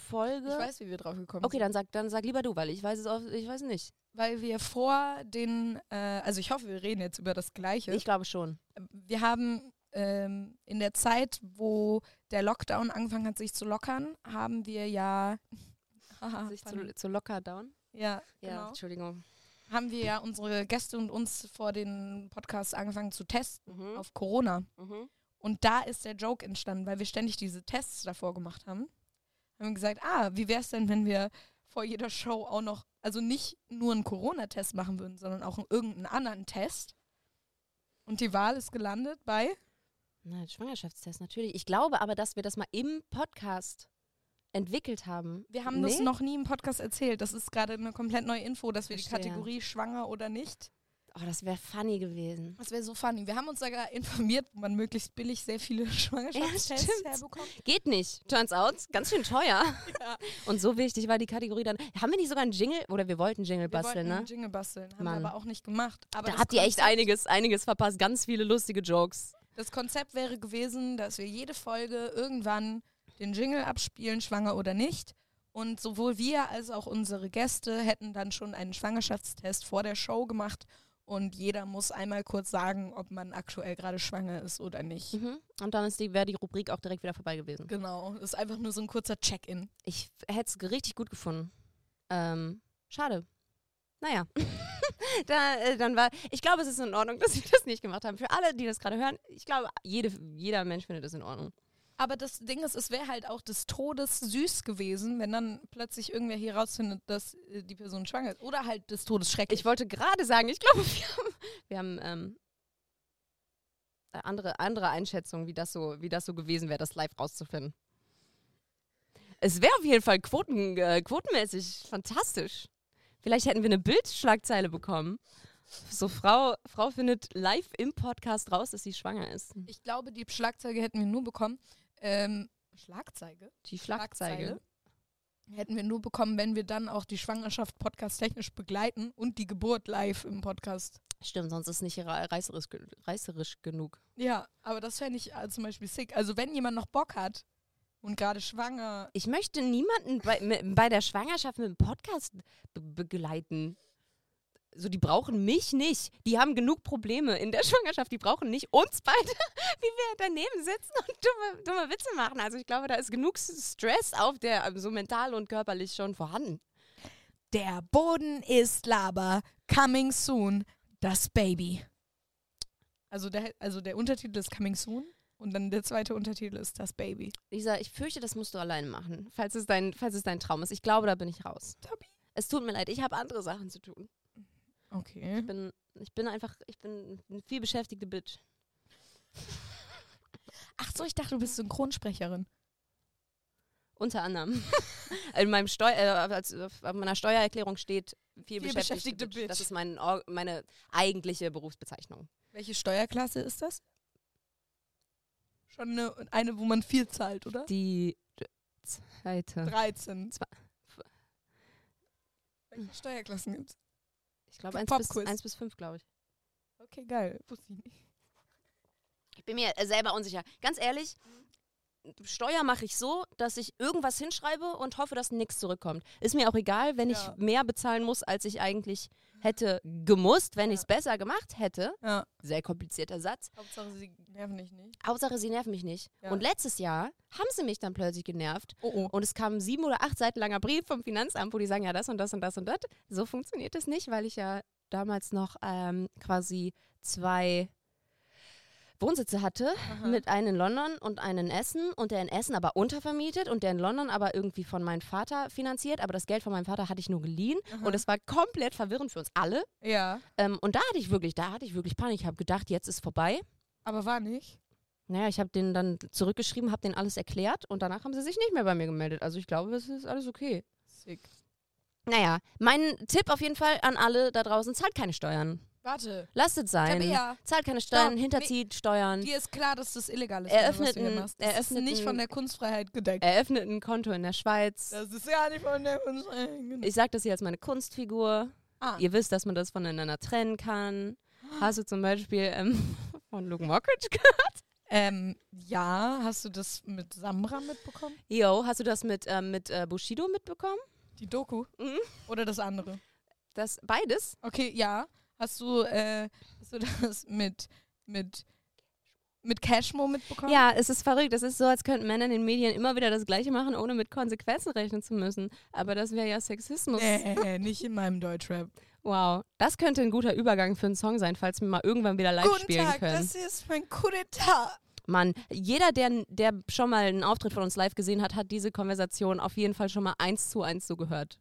Folge.
ich weiß, wie wir drauf gekommen
Ne? okay,
sind.
dann sag, dann sag lieber du, weil ich weiß es oft, ich weiß nicht.
Weil wir vor den, äh, also ich hoffe, wir reden jetzt über das Gleiche.
Ich glaube schon.
wir haben ähm, in der Zeit, wo der Lockdown angefangen hat, sich zu lockern, haben wir ja, Haha,
Sich
Ah, funny.
zu, zu locker down.
ja,
Ja,
genau,
Entschuldigung.
haben wir ja unsere Gäste und uns vor den Podcasts angefangen zu testen auf Corona.
Mhm.
Und da ist der Joke entstanden, weil wir ständig diese Tests davor gemacht haben. Haben wir gesagt, ah, wie wäre es denn, wenn wir vor jeder Show auch noch, also nicht nur einen Corona-Test machen würden, sondern auch irgendeinen anderen Test. Und die Wahl ist gelandet bei
Nein, Schwangerschaftstest natürlich. Ich glaube aber, dass wir das mal im Podcast entwickelt haben.
Wir haben das
Nee?
noch nie im Podcast erzählt. Das ist gerade eine komplett neue Info, dass wir die
Verstehe.
Kategorie schwanger oder nicht.
Oh, das wäre funny gewesen.
Das wäre so funny. Wir haben uns sogar informiert, wo man möglichst billig sehr viele Schwangerschaftstests
stimmt.
herbekommt.
Geht nicht. Turns out, ganz schön teuer. Und so wichtig war die Kategorie dann. Haben wir nicht sogar einen Jingle? Oder wir wollten einen Jingle
Wir
basteln,
wollten
ne?
einen Jingle basteln, haben
Mann.
wir aber auch nicht gemacht. Aber
Da
das
habt ihr echt
Konzept-
einiges, einiges verpasst. Ganz viele lustige Jokes.
Das Konzept wäre gewesen, dass wir jede Folge irgendwann den Jingle abspielen, schwanger oder nicht. Und sowohl wir als auch unsere Gäste hätten dann schon einen Schwangerschaftstest vor der Show gemacht. Und jeder muss einmal kurz sagen, ob man aktuell gerade schwanger ist oder nicht.
Mhm. Und dann ist die, wäre die Rubrik auch direkt wieder vorbei gewesen.
Genau, das ist einfach nur so ein kurzer Check-in.
Ich hätte es richtig gut gefunden. Ähm, schade. Naja. da, äh, dann war, ich glaube, es ist in Ordnung, dass wir das nicht gemacht haben. Für alle, die das gerade hören, ich glaube, jede, jeder Mensch findet das in Ordnung.
Aber das Ding ist, es wäre halt auch des Todes süß gewesen, wenn dann plötzlich irgendwer hier rausfindet, dass äh, die Person schwanger ist. Oder halt des Todes schrecklich.
Ich wollte gerade sagen, ich glaube, wir haben, wir haben ähm, äh, andere, andere Einschätzungen, wie das so, wie das so gewesen wäre, das live rauszufinden. Es wäre auf jeden Fall quoten, äh, quotenmäßig fantastisch. Vielleicht hätten wir eine Bildschlagzeile bekommen. So, Frau, Frau findet live im Podcast raus, dass sie schwanger ist.
Ich glaube, die Schlagzeuge hätten wir nur bekommen. Ähm, Schlagzeige?
Die Schlagzeile.
Hätten wir nur bekommen, wenn wir dann auch die Schwangerschaft podcast-technisch begleiten und die Geburt live im Podcast.
Stimmt, sonst ist es nicht rei- reißerisch, ge- reißerisch genug.
Ja, aber das fände ich äh, zum Beispiel sick. Also wenn jemand noch Bock hat und gerade schwanger,
Ich möchte niemanden bei, mi- bei der Schwangerschaft mit dem Podcast be begleiten. So, die brauchen mich nicht. Die haben genug Probleme in der Schwangerschaft. Die brauchen nicht uns beide, wie wir daneben sitzen und dumme, dumme Witze machen. Also ich glaube, da ist genug S- Stress auf der, ähm, so mental und körperlich schon vorhanden.
der Boden ist Lava, coming soon, das Baby. Also der, also der Untertitel ist coming soon und dann der zweite Untertitel ist das Baby.
Lisa, ich fürchte, das musst du alleine machen, falls es dein, falls es dein Traum ist. Ich glaube, da bin ich raus.
Tabi.
Es tut mir leid, ich habe andere Sachen zu tun.
Okay.
Ich bin, ich bin einfach, ich bin eine viel beschäftigte Bitch.
Ach so, ich dachte, du bist Synchronsprecherin.
Unter anderem. In meinem Steu äh, als, auf meiner Steuererklärung steht viel,
Viel beschäftigte
beschäftigte
Bitch.
Bitch. Das ist mein, Or- meine eigentliche Berufsbezeichnung.
Welche Steuerklasse ist das? Schon eine, eine wo man viel zahlt, oder?
Die zweite.
13.
Zwei-
Welche Steuerklassen gibt's?
Ich glaube 1 bis,
Popquiz.
eins bis 5, glaube ich.
Okay, geil. Wusste ich nicht.
Ich bin mir äh, selber unsicher. Ganz ehrlich, Steuer mache ich so, dass ich irgendwas hinschreibe und hoffe, dass nichts zurückkommt. Ist mir auch egal, wenn
Ja.
ich mehr bezahlen muss, als ich eigentlich hätte gemusst, wenn ich es besser gemacht hätte.
Ja.
Sehr komplizierter Satz.
Hauptsache, sie nerven dich nicht.
Hauptsache, sie nerven mich nicht.
Ja.
Und letztes Jahr haben sie mich dann plötzlich genervt.
Oh, oh.
Und es kam ein sieben oder acht Seiten langer Brief vom Finanzamt, wo die sagen, ja, das und das und das und das. So funktioniert das nicht, weil ich ja damals noch ähm, quasi zwei Wohnsitze hatte, mit einem in London und einen in Essen und der in Essen aber untervermietet und der in London aber irgendwie von meinem Vater finanziert, aber das Geld von meinem Vater hatte ich nur geliehen und es war komplett verwirrend für uns alle.
Ja.
Ähm, und da hatte ich wirklich, da hatte ich wirklich Panik. Ich habe gedacht, jetzt ist vorbei.
Aber war nicht.
Naja, ich habe denen dann zurückgeschrieben, habe denen alles erklärt und danach haben sie sich nicht mehr bei mir gemeldet. Also ich glaube, es ist alles okay.
Sick.
Naja, mein Tipp auf jeden Fall an alle da draußen, zahlt keine Steuern.
Warte.
Lasst es sein.
Tabea,
Zahlt keine Steuern,
stopp.
hinterzieht Steuern.
Dir ist klar, dass das illegal ist, was du
Eröffneten-
hier machst. Das ist
eröffneten- Äh,
nicht von der Kunstfreiheit gedeckt.
Eröffnet ein Konto in der Schweiz.
das ist ja nicht von der Kunstfreiheit gedeckt.
Ich sag das hier als meine Kunstfigur.
Ah.
Ihr wisst, dass man das voneinander trennen kann. Hast du zum Beispiel ähm, von Luke Mockridge gehört?
Ähm, ja, hast du das mit Samra mitbekommen?
Yo, hast du das mit, ähm, mit äh, Bushido mitbekommen?
Die Doku?
Mhm.
Oder das andere?
Das beides?
Okay, ja. Hast du, äh, hast du das mit, mit, mit Cashmo mitbekommen?
Ja, es ist verrückt. Es ist so, als könnten Männer in den Medien immer wieder das Gleiche machen, ohne mit Konsequenzen rechnen zu müssen. Aber das wäre ja Sexismus.
Nee, nicht in meinem Deutschrap.
Wow, das könnte ein guter Übergang für einen Song sein, falls wir mal irgendwann wieder live
Guten
spielen
Tag,
können.
das hier ist mein Coup d'etat.
Mann, jeder, der, der schon mal einen Auftritt von uns live gesehen hat, hat diese Konversation auf jeden Fall schon mal eins zu eins so gehört.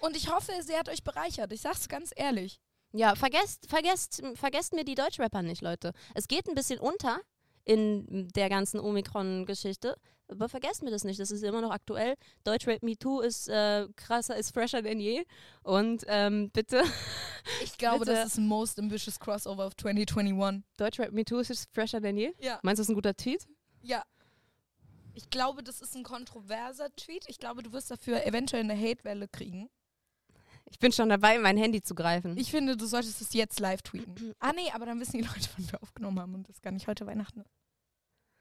Und ich hoffe, sie hat euch bereichert. Ich sag's ganz ehrlich.
Ja, vergesst, vergesst, vergesst mir die Deutschrapper nicht, Leute. Es geht ein bisschen unter in der ganzen Omikron-Geschichte, aber vergesst mir das nicht. Das ist immer noch aktuell. Deutschrap Me Too ist äh, krasser, ist fresher denn je. Und ähm, bitte,
Ich glaube,
Bitte.
das ist ein most ambitious crossover of 2021.
Deutschrap Me Too ist fresher denn je.
Ja.
Meinst du, das ist ein guter Tweet?
Ja. Ich glaube, das ist ein kontroverser Tweet. Ich glaube, du wirst dafür eventuell eine Hatewelle kriegen.
Ich bin schon dabei, mein Handy zu greifen.
Ich finde, du solltest es jetzt live tweeten. Ah nee, aber dann wissen die Leute, wann wir aufgenommen haben und das gar nicht heute Weihnachten. ist.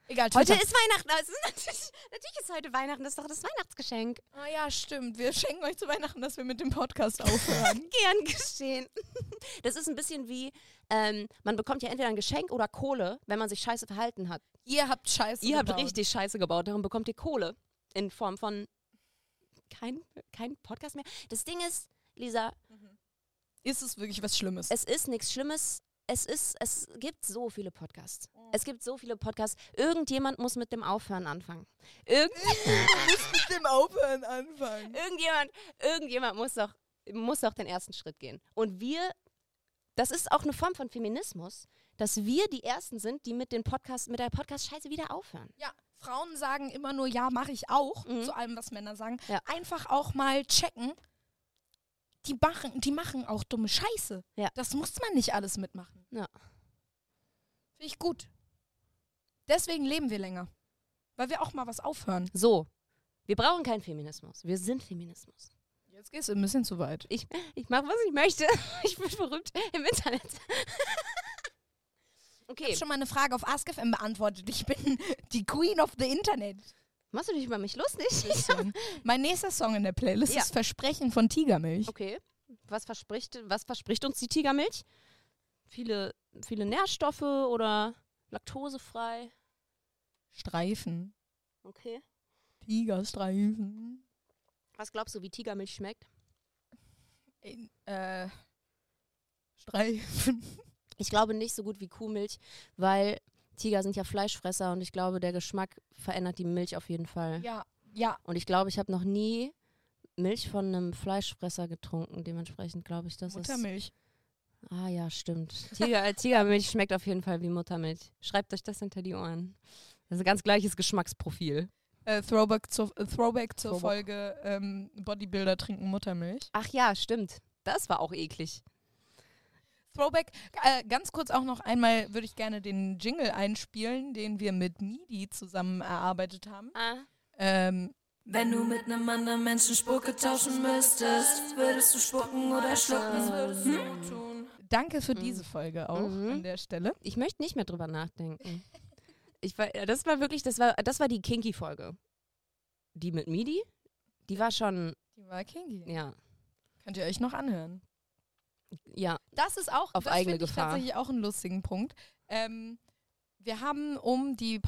Egal,
Heute
Twitter.
ist Weihnachten. aber Es ist natürlich, natürlich ist heute Weihnachten. Das ist doch das Weihnachtsgeschenk.
Ah ja, stimmt. Wir schenken euch zu Weihnachten, dass wir mit dem Podcast aufhören.
Gern geschehen. Das ist ein bisschen wie, ähm, man bekommt ja entweder ein Geschenk oder Kohle, wenn man sich scheiße verhalten hat.
ihr habt Scheiße
ihr habt
gebaut.
richtig scheiße gebaut, darum bekommt ihr Kohle. In Form von kein, kein Podcast mehr. Das Ding ist, Lisa,
Ist es wirklich was Schlimmes?
es ist nichts Schlimmes. Es ist, es gibt so viele Podcasts. Es gibt so viele Podcasts. Irgendjemand muss mit dem Aufhören anfangen. Irgend
mit dem Aufhören anfangen.
irgendjemand, irgendjemand muss doch, muss doch den ersten Schritt gehen. Und wir, das ist auch eine Form von Feminismus, dass wir die Ersten sind, die mit, den Podcast, mit der Podcast-Scheiße wieder aufhören.
Ja, Frauen sagen immer nur ja, mache ich auch
Mhm.
zu allem, was Männer sagen.
Ja.
Einfach auch mal checken. Die machen, die machen auch dumme Scheiße.
Ja.
Das muss man nicht alles mitmachen.
Ja.
Finde ich gut. Deswegen leben wir länger, weil wir auch mal was aufhören.
So, wir brauchen keinen Feminismus. Wir sind Feminismus.
Jetzt gehst du ein bisschen zu weit.
Ich, ich mache, was ich möchte. Ich bin berühmt im Internet.
Ich
Okay,
habe schon mal eine Frage auf AskFM beantwortet. Ich bin die Queen of the Internet.
machst du dich über mich lustig?
Bisschen. mein nächster Song in der Playlist
Ja.
ist Versprechen von Tigermilch.
Okay. Was verspricht, was verspricht uns die Tigermilch? Viele, viele Nährstoffe oder laktosefrei?
Streifen.
Okay.
Tigerstreifen.
Was glaubst du, wie Tigermilch schmeckt?
in, äh, Streifen.
Ich glaube nicht so gut wie Kuhmilch, weil Tiger sind ja Fleischfresser und ich glaube, der Geschmack verändert die Milch auf jeden Fall.
Ja, ja.
Und ich glaube, ich habe noch nie Milch von einem Fleischfresser getrunken. Dementsprechend glaube ich, dass
Muttermilch.
es. Ah ja, stimmt. Tiger, äh, Tigermilch schmeckt auf jeden Fall wie Muttermilch. Schreibt euch das hinter die Ohren. Das ist ein ganz gleiches Geschmacksprofil.
Äh, Throwback, zur, äh, Throwback zur
Throwback.
Folge ähm, Bodybuilder trinken Muttermilch.
Ach ja, stimmt. Das war auch eklig.
Throwback, äh, ganz kurz auch noch einmal würde ich gerne den Jingle einspielen, den wir mit Midi zusammen erarbeitet haben.
Ah.
Ähm,
Wenn du mit einem anderen Menschen Spucke tauschen müsstest, würdest du spucken oder schlucken? Hm?
danke für diese Folge auch
Mhm.
an der Stelle.
ich möchte nicht mehr drüber nachdenken. Ich war, ja, das war wirklich, das war, das war die Kinky-Folge. Die mit Midi, die war schon,
Die war kinky.
ja,
Könnt ihr euch noch anhören.
ja,
Das ist auch
Auf
das
eigene
finde ich
Gefahr.
tatsächlich auch einen lustigen Punkt. Ähm, wir haben, um die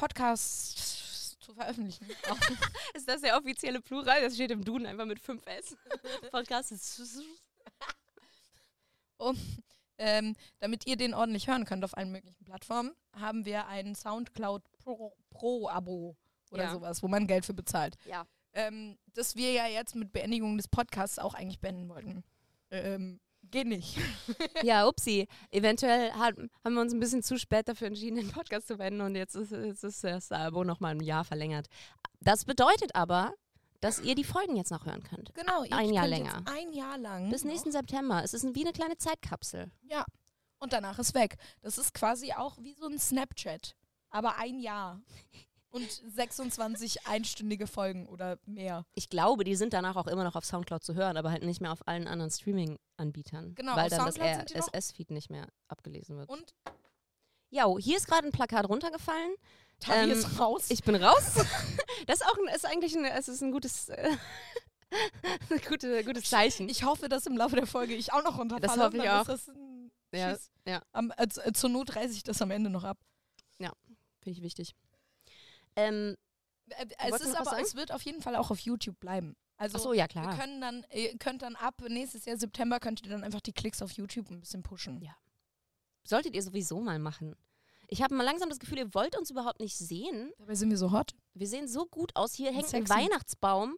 Podcasts zu veröffentlichen, auch
Ist das der offizielle Plural? Das steht im Duden einfach mit 5S. Podcast ist.
um, ähm, damit ihr den ordentlich hören könnt auf allen möglichen Plattformen, haben wir ein Soundcloud Pro, Pro Abo oder
Ja.
sowas, wo man Geld für bezahlt.
Ja.
Ähm, das wir ja jetzt mit Beendigung des Podcasts auch eigentlich beenden wollten. Ähm, geht nicht.
Ja, upsi. Eventuell hat, haben wir uns ein bisschen zu spät dafür entschieden, den Podcast zu wenden und jetzt ist, jetzt ist das Abo nochmal ein Jahr verlängert. Das bedeutet aber, dass ihr die Folgen jetzt noch hören könnt.
Genau,
ihr Ein Jahr könnt jetzt länger.
ein Jahr lang.
Bis nächsten September. Es ist wie eine kleine Zeitkapsel.
Ja. Und danach ist weg. Das ist quasi auch wie so ein Snapchat, aber ein Jahr. Und 26 einstündige Folgen oder mehr.
Ich glaube, die sind danach auch immer noch auf Soundcloud zu hören, aber halt nicht mehr auf allen anderen Streaming-Anbietern.
Genau,
weil
auf
dann das
Soundcloud sind die noch-
RSS-Feed nicht mehr abgelesen wird.
Und
Ja, oh, hier ist gerade ein Plakat runtergefallen.
Tabi
Ähm,
ist raus.
Ich bin raus. Das ist auch ein, ist eigentlich ein, es ist ein gutes, äh, ein gute, gutes Zeichen.
Ich hoffe, dass im Laufe der Folge ich auch noch runterfalle.
Das hoffe ich
Dann
auch.
Ist das ein
ja,
Schieß.
ja,
Am, äh, z- äh, zur Not reiße ich das am Ende noch ab.
finde ich wichtig. Ähm,
Äh, Es,
wolltest
ist
noch was
aber,
sagen?
es wird auf jeden Fall auch auf YouTube bleiben. Also
ach so, ja
wir
klar.
können dann, ihr könnt dann ab nächstes Jahr September könnt ihr dann einfach die Klicks auf YouTube ein bisschen pushen.
Ja. Solltet ihr sowieso mal machen. Ich habe mal langsam das Gefühl, ihr wollt uns überhaupt nicht sehen.
Dabei sind wir so hot.
Wir sehen so gut aus. Hier hängt ein
Sexy.
Weihnachtsbaum.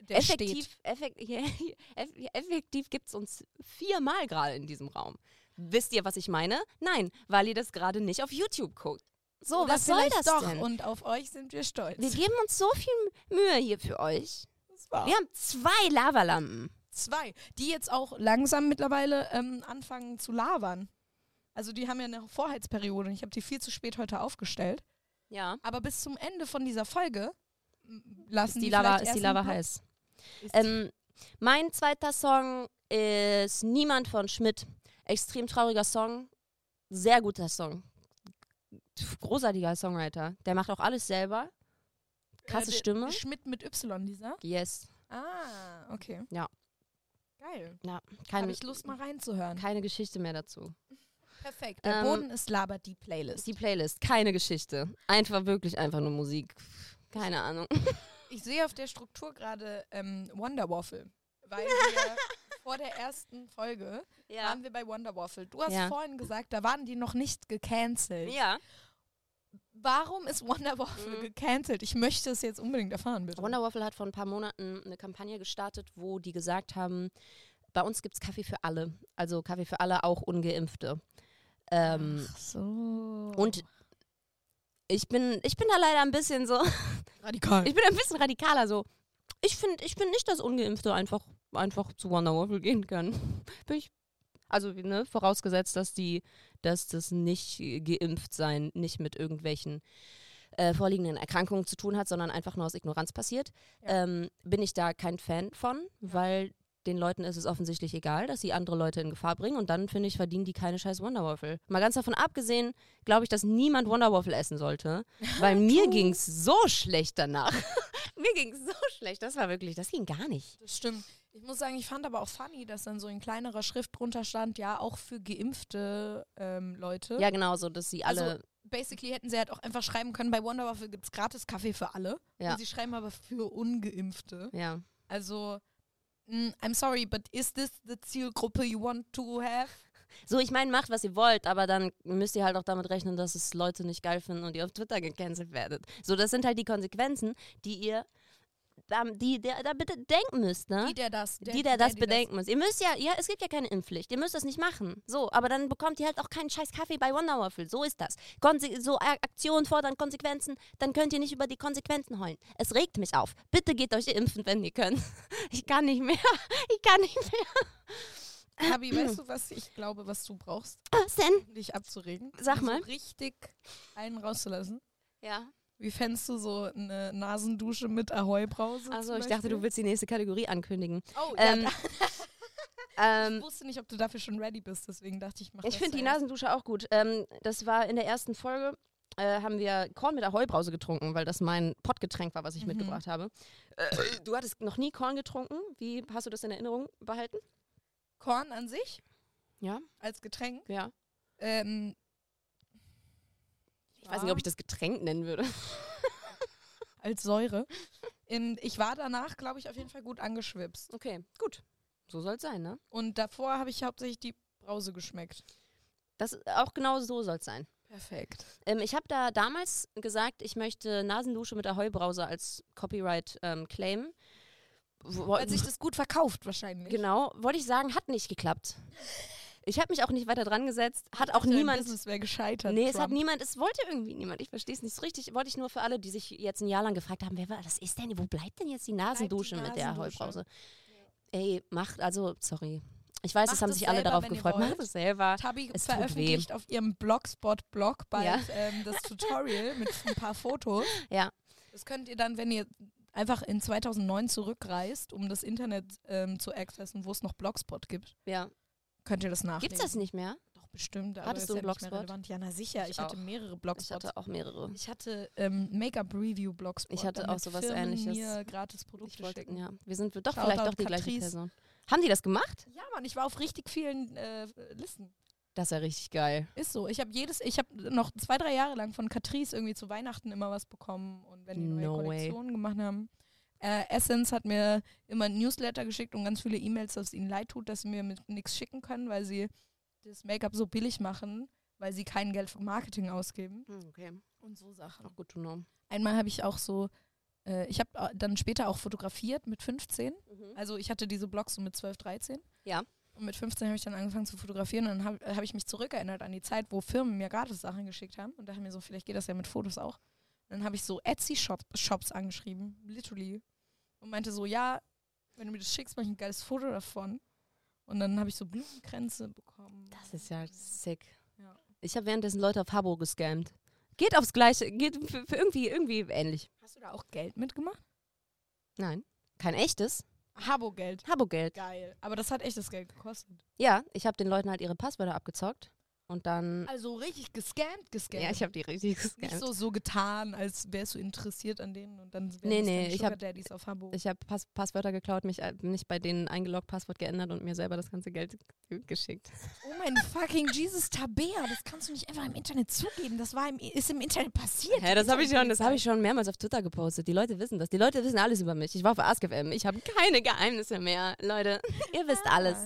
Der steht.
effektiv effek hier, hier- eff- hier- effektiv gibt es uns viermal gerade in diesem Raum. Wisst ihr, was ich meine? Nein, weil ihr das gerade nicht auf YouTube guckt. So,
Oder
was soll
vielleicht
das
doch.
denn?
Und auf euch sind wir stolz.
Wir geben uns so viel Mühe hier für euch.
Das war
Wir haben zwei Lavalampen.
zwei, die jetzt auch langsam mittlerweile ähm, anfangen zu labern. Also die haben ja eine Vorheizperiode und ich habe die viel zu spät heute aufgestellt.
Ja.
Aber bis zum Ende von dieser Folge m, lassen
Ist
die
die Lava,
Hm, vielleicht
ist die
erst
Lava
ein paar-
heiß.
Ist die-
Ähm, mein zweiter Song ist Niemand von Schmidt. Extrem trauriger Song. Sehr guter Song. Großartiger Songwriter. Der macht auch alles selber. Krasse
äh, der-
Stimme.
Schmidt mit Y, dieser.
Yes.
Ah, okay.
Ja.
Geil.
Ja,
Habe
keine,
ich Lust mal reinzuhören.
keine Geschichte mehr dazu.
Perfekt. Der
Ähm,
Boden ist labert die Playlist.
Ist die Playlist. Keine Geschichte. Einfach wirklich einfach nur Musik. Keine Ahnung.
Ich sehe auf der Struktur gerade ähm, Wonder Waffle, weil wir vor der ersten Folge waren wir bei Wonder Waffle. Du hast
Ja.
vorhin gesagt, da waren die noch nicht gecancelt.
Ja. Mhm.
Warum ist Wonder Waffle gecancelt? Ich möchte es jetzt unbedingt erfahren, bitte.
Wonder Waffle hat vor ein paar Monaten eine Kampagne gestartet, wo die gesagt haben, bei uns gibt es Kaffee für alle. Also Kaffee für alle, auch ungeimpfte. Ähm,
Ach so.
Und ich bin, ich bin da leider ein bisschen so,
radikal.
ich bin ein bisschen radikaler so. Ich finde ich find nicht, dass Ungeimpfte einfach, einfach zu Wonder Waffle gehen können. Bin ich, also ne, vorausgesetzt, dass die, dass das nicht äh, geimpft sein nicht mit irgendwelchen äh, vorliegenden Erkrankungen zu tun hat, sondern einfach nur aus Ignoranz passiert,
Ja.
ähm, bin ich da kein Fan von, weil den Leuten ist es offensichtlich egal, dass sie andere Leute in Gefahr bringen und dann finde ich, verdienen die keine scheiß Wonder Waffle. Mal ganz davon abgesehen, glaube ich, dass niemand Wonder Waffle essen sollte, weil mir ging es so schlecht danach. mir ging es so schlecht, das war wirklich, das ging gar nicht.
das stimmt. Ich muss sagen, ich fand aber auch funny, dass dann so in kleinerer Schrift drunter stand, ja, auch für geimpfte ähm, Leute.
Ja, genau, so dass sie alle.
Also, basically hätten sie halt auch einfach schreiben können, bei Wonder Waffle gibt es gratis Kaffee für alle.
Ja.
Und sie schreiben aber für Ungeimpfte.
ja.
Also, mm, I'm sorry, but is this the Zielgruppe you want to have?
So, ich meine, macht, was ihr wollt, aber dann müsst ihr halt auch damit rechnen, dass es Leute nicht geil finden und ihr auf Twitter gecancelt werdet. So, das sind halt die Konsequenzen, die ihr da, die, der, da bitte denken müsst, ne?
Die, der das,
Die, der das bedenken muss. Ihr müsst ja, ja, es gibt ja keine Impfpflicht. Ihr müsst das nicht machen. So, aber dann bekommt ihr halt auch keinen scheiß Kaffee bei Wonder Waffle. So ist das. Konse so A- Aktionen fordern Konsequenzen, dann könnt ihr nicht über die Konsequenzen heulen. Es regt mich auf. Bitte geht euch impfen, wenn ihr könnt. Ich kann nicht mehr. Ich kann nicht mehr.
Habi, weißt du, was ich glaube, was du brauchst,
Was denn?
um dich abzuregen?
Sag
Um
mal.
So richtig einen rauszulassen.
Ja.
Wie fändst du so eine Nasendusche mit Ahoi-Brause?
Also
zum
ich dachte, du
Beispiel?
willst die nächste Kategorie ankündigen.
Oh, ja,
Ähm,
da, ich
ähm,
wusste nicht, ob du dafür schon ready bist, deswegen dachte ich, mach
ich
das
finde die
zuerst.
Nasendusche auch gut. Ähm, das war in der ersten Folge, äh, haben wir Korn mit Ahoi-Brause getrunken, weil das mein Pottgetränk war, was ich
Mhm.
mitgebracht habe. Äh, du hattest noch nie Korn getrunken. Wie hast du das in Erinnerung behalten?
Korn an sich
Ja,
als Getränk.
ja.
Ähm,
Ich weiß nicht, ob ich das Getränk nennen würde.
als Säure. Und ich war danach, glaube ich, auf jeden Fall gut angeschwipst.
Okay, gut. So soll es sein, ne?
Und davor habe ich hauptsächlich die Brause geschmeckt.
Das auch genau so soll es sein.
Perfekt.
Ähm, ich habe da damals gesagt, ich möchte Nasendusche mit der Heubrause als Copyright ähm, claimen. Wo-
Weil sich das gut verkauft wahrscheinlich.
Genau, wollte ich sagen, hat nicht geklappt. Ich habe mich auch nicht weiter dran gesetzt, hat auch niemand.
Es wäre gescheitert.
Nee, es
Trump.
hat niemand, es wollte irgendwie niemand. Ich verstehe es nicht so richtig. Wollte ich nur für alle, die sich jetzt ein Jahr lang gefragt haben, wer war das ist denn, wo bleibt denn jetzt die Nasendusche mit der
Nasendusche?
Heubrause? Ey, macht, also, sorry. Ich weiß,
Macht
es haben
es
sich alle
selber,
darauf
wenn ihr
gefreut.
wollt.
Macht es selber.
Tabi
Es tut
veröffentlicht auf ihrem Blogspot-Blog bald
Ja.
ähm, das Tutorial mit ein paar Fotos.
Ja.
Das könnt ihr dann, wenn ihr einfach in 2009 zurückreist, um das Internet ähm, zu accessen, wo es noch Blogspot gibt,
Ja.
könnt ihr das nachlesen.
Gibt's das nicht mehr?
Doch, bestimmt. Aber
Hattest
ist
du
ja
einen
nicht mehr
Blogspot?
relevant. Ja, na sicher.
Ich
Ich, hatte
auch.
mehrere
Ich
Blogspots.
hatte auch mehrere.
Ich hatte ähm, Make-up-Review-Blogspots.
Ich hatte auch sowas
Firmen
Ähnliches.
mir gratis Produkte
Ich wollte,
schicken.
ja, wir sind doch
Shoutout
vielleicht doch die gleiche
Catrice.
Person. Haben die das gemacht?
Ja, Mann, ich war auf richtig vielen äh, Listen.
Das ist ja richtig geil.
Ist so. Ich habe jedes, ich habe noch zwei, drei Jahre lang von Catrice irgendwie zu Weihnachten immer was bekommen und wenn die neue
No way.
Kollektionen gemacht haben. Äh, Essence hat mir immer ein Newsletter geschickt und ganz viele E-Mails, dass es ihnen leid tut, dass sie mir mit nichts schicken können, weil sie das Make-up so billig machen, weil sie kein Geld für Marketing ausgeben
Okay.
und so Sachen.
Auch gut to know.
Einmal habe ich auch so, äh, ich habe dann später auch fotografiert mit 15. Also ich hatte diese Blogs so mit 12, 13.
Mhm. Ja.
Und mit 15 habe ich dann angefangen zu fotografieren und dann habe hab ich mich zurückerinnert an die Zeit, wo Firmen mir gratis Sachen geschickt haben und dachte mir so, vielleicht geht das ja mit Fotos auch. Und dann habe ich so Etsy-Shops Shops angeschrieben, literally. Und meinte so, ja, wenn du mir das schickst, mache ich ein geiles Foto davon. Und dann habe ich so Blumenkränze bekommen.
Das ist ja sick.
Ja.
Ich habe währenddessen Leute auf Habo gescammt. Geht aufs Gleiche, geht für, für irgendwie, irgendwie ähnlich.
Hast du da auch Geld mitgemacht?
Nein, kein echtes.
Habo-Geld.
Habo-Geld.
Geil. Aber das hat echtes Geld gekostet.
Ja, ich habe den Leuten halt ihre Passwörter abgezockt und dann.
Also richtig gescammt, gescammt.
Ja, ich habe die richtig gescammt.
nicht so, so getan, als wärst du interessiert an denen und dann wären
Nee,
es
nee,
deine
ich
Sugar
hab-
Daddies auf Hamburg.
Ich habe Pass Passwörter geklaut, mich äh, nicht bei denen eingeloggt, Passwort geändert und mir selber das ganze Geld ge- geschickt.
oh mein fucking Jesus, Tabea, das kannst du nicht einfach im Internet zugeben. Das war im, ist im Internet passiert.
Hä, das habe ich schon, das habe ich schon mehrmals auf Twitter gepostet. Die Leute wissen das. Die Leute wissen alles über mich. Ich war auf AskFM. Ich habe keine Geheimnisse mehr, Leute. Ihr wisst alles.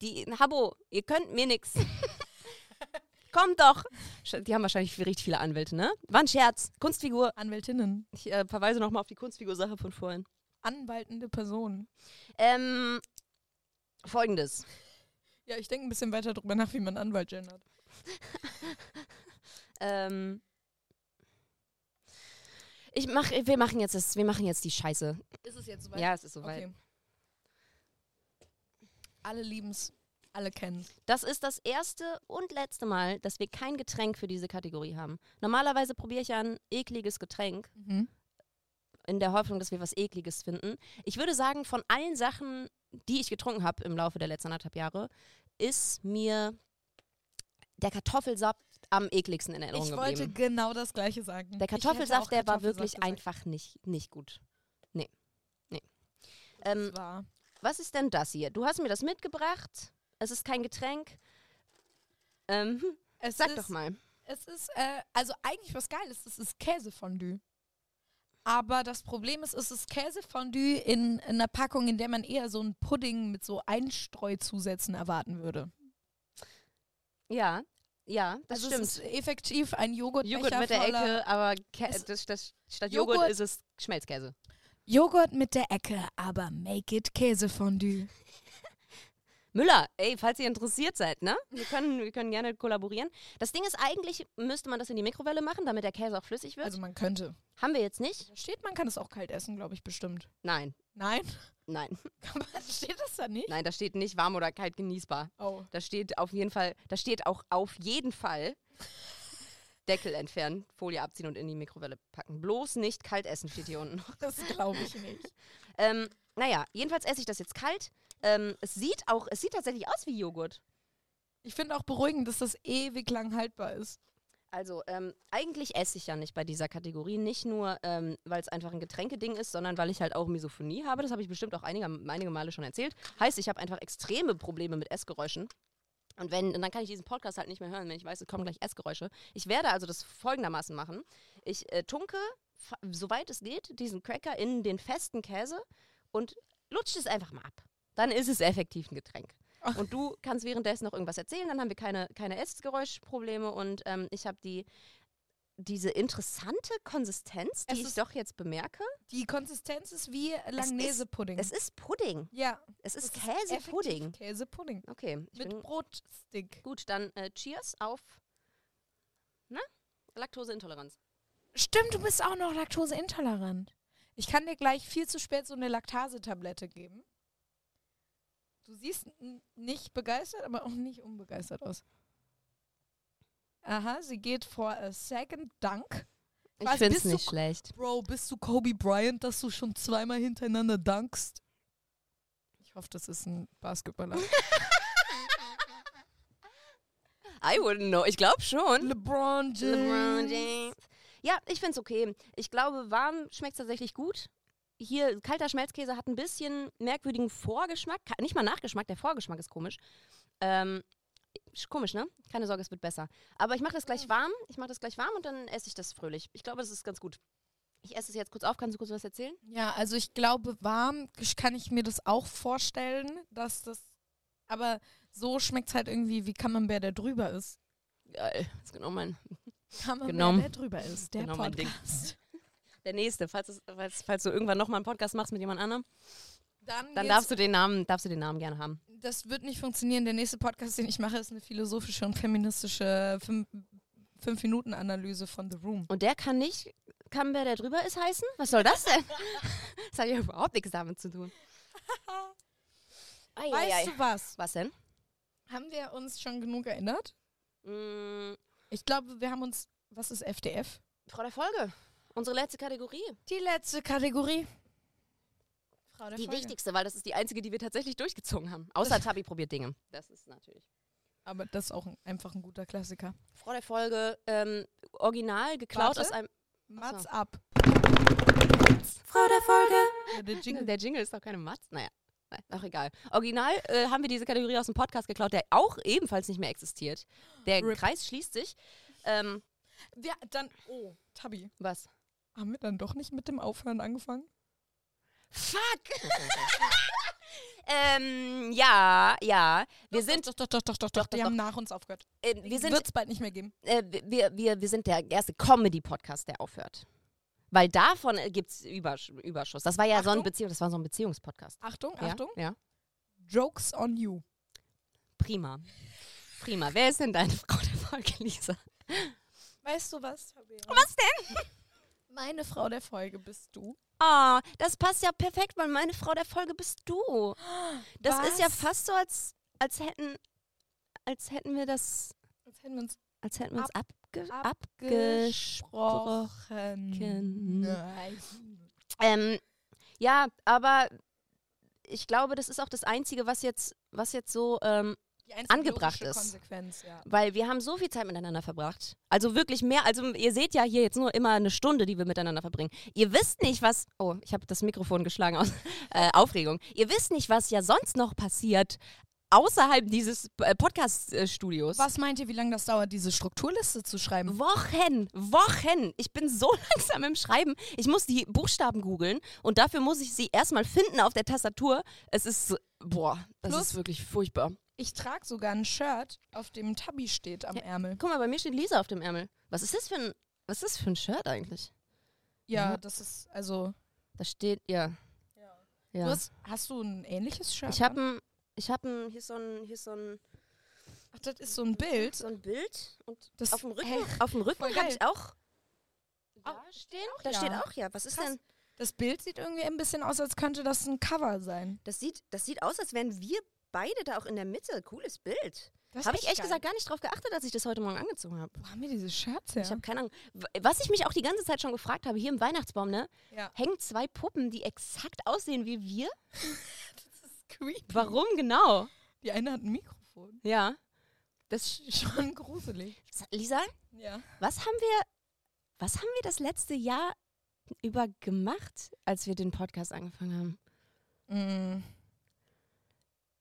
Die Habo, ihr könnt mir nix. Kommt doch. Sch- Die haben wahrscheinlich richtig viele Anwälte, ne? War ein Scherz. Kunstfigur.
Anwältinnen,
Ich äh, verweise nochmal auf die Kunstfigur-Sache von vorhin.
anwaltende Personen.
Ähm, folgendes.
Ja, ich denke ein bisschen weiter drüber nach, wie man Anwalt gendert.
Ähm, ich mach, wir machen jetzt das, wir machen jetzt die Scheiße.
Ist es jetzt soweit?
Ja, es ist soweit.
okay. Alle lieben's, alle kennen's.
Das ist das erste und letzte Mal, dass wir kein Getränk für diese Kategorie haben. Normalerweise probiere ich ja ein ekliges Getränk
Mhm.
in der Hoffnung, dass wir was ekliges finden. Ich würde sagen, von allen Sachen, die ich getrunken habe im Laufe der letzten anderthalb Jahre, ist mir der Kartoffelsaft am ekligsten in Erinnerung
Ich wollte
geblieben.
genau das gleiche sagen.
Der
Ich hätte auch
Kartoffelsaft, der war
Kartoffelsaft
wirklich
gesagt.
einfach nicht, nicht gut. Nee. Nee. Ähm,
Das war
was ist denn das hier? Du hast mir das mitgebracht. Es ist kein Getränk. Ähm,
Es
sag
ist-
doch mal.
Es ist, äh, also eigentlich was Geiles, es ist Käsefondue. Aber das Problem ist, es ist Käsefondue in einer Packung, in der man eher so einen Pudding mit so Einstreuzusätzen erwarten würde.
Ja, ja, das
also
stimmt.
es ist effektiv ein Joghurtbecher
Joghurt mit der
voller
Ecke, aber Kä
Es-
das, das, statt Joghurt,
Joghurt-
ist es Schmelzkäse.
Joghurt mit der Ecke, aber make it Käsefondue.
Müller, ey, falls ihr interessiert seid, ne? Wir können, wir können gerne kollaborieren. Das Ding ist, eigentlich müsste man das in die Mikrowelle machen, damit der Käse auch flüssig wird.
Also man könnte.
Haben wir jetzt nicht?
Da steht, man kann es auch kalt essen, glaube ich, bestimmt.
Nein,
Nein?
nein,
steht das da nicht?
nein, da steht nicht warm oder kalt genießbar.
Oh.
Da steht auf jeden Fall, da steht auch auf jeden Fall Deckel entfernen, Folie abziehen und in die Mikrowelle packen. Bloß nicht kalt essen steht hier unten.
Das glaube ich nicht.
Ähm, naja, jedenfalls esse ich das jetzt kalt. Ähm, es sieht auch, es sieht tatsächlich aus wie Joghurt.
Ich finde auch beruhigend, dass das ewig lang haltbar ist.
Also, ähm, eigentlich esse ich ja nicht bei dieser Kategorie. Nicht nur, ähm, weil es einfach ein Getränkeding ist, sondern weil ich halt auch Misophonie habe. Das habe ich bestimmt auch einige, einige Male schon erzählt. Heißt, ich habe einfach extreme Probleme mit Essgeräuschen. Und wenn, und dann kann ich diesen Podcast halt nicht mehr hören, wenn ich weiß, es kommen
Hm.
gleich Essgeräusche. Ich werde also das folgendermaßen machen. Ich äh, tunke, fa- soweit es geht, diesen Cracker in den festen Käse und lutsche es einfach mal ab. Dann ist es effektiv ein Getränk. Und du kannst währenddessen noch irgendwas erzählen, dann haben wir keine, keine Essgeräuschprobleme und ähm, ich habe die diese interessante Konsistenz, die
Es
ich
ist-
doch jetzt bemerke.
Die Konsistenz ist wie Langnese-Pudding.
Es ist Pudding.
ja.
Es ist
es
Käsepudding.
effektiv Käsepudding.
Okay, ich
Mit
bin
Brotstick.
gut. Dann äh, Cheers auf na? Laktoseintoleranz.
Stimmt, du bist auch noch laktoseintolerant. Ich kann dir gleich viel zu spät so eine Laktasetablette geben. Du siehst n- nicht begeistert, aber auch nicht unbegeistert aus. Aha, sie geht for a second dunk.
Ich
Was,
finde es
bist du
nicht
k-
schlecht.
Bro, bist du Kobe Bryant, dass du schon zweimal hintereinander dunkst? Ich hoffe, das ist ein Basketballer.
I wouldn't know. Ich glaube schon.
LeBron James.
LeBron James. Ja, ich finde es okay. Ich glaube, warm schmeckt tatsächlich gut. Hier, kalter Schmelzkäse hat ein bisschen merkwürdigen Vorgeschmack. Ka- Nicht mal Nachgeschmack, der Vorgeschmack ist komisch. Ähm, sch- komisch, ne? Keine Sorge, es wird besser. Aber ich mache das gleich warm. Ich mache das gleich warm und dann esse ich das fröhlich. Ich glaube, das ist ganz gut. Ich esse es jetzt kurz auf. Kannst du kurz was erzählen?
Ja, also ich glaube, warm gesch- kann ich mir das auch vorstellen, dass das. Aber so schmeckt es halt irgendwie wie Camembert, der drüber ist.
Geil. Das ist genau mein.
Camembert,
Genommen.
der drüber ist. Der
Genau mein Ding.
Podcast.
Der nächste, falls, es, falls, falls du irgendwann nochmal einen Podcast machst mit jemand anderem,
Dann,
dann
geht's-
darfst du den Namen, darfst du den Namen gerne haben.
Das wird nicht funktionieren. Der nächste Podcast, den ich mache, ist eine philosophische und feministische Fün- Fünf-Minuten-Analyse von The Room.
Und der kann nicht Camembert, der drüber ist, heißen? Was soll das denn? das hat ja überhaupt nichts damit zu tun. Ei, ei,
Weißt
ei.
du was?
Was denn?
Haben wir uns schon genug erinnert?
Mm,
Ich glaube, wir haben uns. Was ist FDF?
Frau der Folge. Unsere letzte Kategorie.
Die letzte Kategorie. Frau der
die
Folge.
wichtigste, weil das ist die einzige, die wir tatsächlich durchgezogen haben. Außer Tabi probiert Dinge. Das ist natürlich.
Aber das ist auch ein, einfach ein guter Klassiker.
Frau der Folge, ähm, original geklaut
Warte.
aus einem.
Mats
Ach
ab.
Frau der Folge.
Ja, der Jingle.
Der Jingle ist doch keine Matz. Naja. nein, Ach egal. Original äh, haben wir diese Kategorie aus dem Podcast geklaut, der auch ebenfalls nicht mehr existiert. Der
Rip.
Kreis schließt sich. Ähm,
Ja, dann, oh, Tabi.
was?
Haben wir dann doch nicht mit dem Aufhören angefangen?
Fuck! ähm, ja, ja. Wir sind,
doch, doch, doch, doch, doch,
Doch,
doch,
doch,
die haben nach uns aufgehört.
äh, wir sind,
Wird es bald nicht mehr geben.
äh, wir, wir, wir sind der erste Comedy-Podcast, der aufhört. Weil davon äh, gibt's Übersch Überschuss. Das war ja so ein
Achtung.
Beziehung, das war so ein Beziehungspodcast.
Achtung,
Ja?
Achtung.
Ja.
Jokes on you.
Prima. Prima. Wer ist denn deine Frau der Folge, Lisa?
Weißt du was, Tabi?
Was denn?
Meine Frau der Folge bist du.
Oh, das passt ja perfekt, weil meine Frau der Folge bist du. Das ist ja
Was?
fast so, als, als hätten, als hätten wir das,
Jetzt hätten wir uns
als hätten wir uns abge abgesprochen.
abgesprochen. Nein.
Ähm, ja, aber ich glaube, das ist auch das Einzige, was jetzt, was jetzt so, ähm,
Die einzige
Angebracht
logische
ist.
Konsequenz, ja.
weil wir haben so viel Zeit miteinander verbracht. Also wirklich mehr, also ihr seht ja hier jetzt nur immer eine Stunde, die wir miteinander verbringen. Ihr wisst nicht, was, oh, ich habe das Mikrofon geschlagen aus äh, Aufregung. Ihr wisst nicht, was ja sonst noch passiert außerhalb dieses äh, Podcast-Studios.
Was meint ihr, wie lange das dauert, diese Strukturliste zu schreiben?
Wochen, Wochen. Ich bin so langsam im Schreiben. Ich muss die Buchstaben googeln und dafür muss ich sie erstmal finden auf der Tastatur. Es ist, so- boah, das
Plus-
ist wirklich furchtbar.
Ich trage sogar ein Shirt, auf dem Tabi steht am Ärmel.
Guck mal, bei mir steht Lisa auf dem Ärmel. Was ist das für ein, was ist das für ein Shirt eigentlich?
Ja, das ist, also,
Da steht, ja.
Du
Ja.
hast, hast du ein ähnliches Shirt?
Ich habe ein, ich habe ein, hier ist so ein, hier ist so ein,
an? Ach, das ist so ein Bild.
so ein Bild und
Das
auf dem Rücken,
Hey,
auf dem Rücken
voll
habe
geil.
ich auch.
Au,
Da stehen,
auch
da
ja.
steht auch ja. Was ist
Krass.
denn?
Das Bild sieht irgendwie ein bisschen aus, als könnte das ein Cover sein.
Das sieht, das sieht aus, als wären wir beide da auch in der Mitte. Cooles Bild.
Das ist
Habe ich
echt
ehrlich
geil.
gesagt gar nicht drauf geachtet, dass ich das heute Morgen angezogen habe.
Wo haben wir diese Shirts her?
Ich habe keine Ahnung. W- Was ich mich auch die ganze Zeit schon gefragt habe, hier im Weihnachtsbaum, ne?
Ja.
Hängen zwei Puppen, die exakt aussehen wie wir?
creepy.
Warum genau?
Die eine hat ein Mikrofon.
Ja. Das
Schon gruselig.
Lisa,
Ja.
was haben wir was haben wir das letzte Jahr über gemacht, als wir den Podcast angefangen haben?
Mm.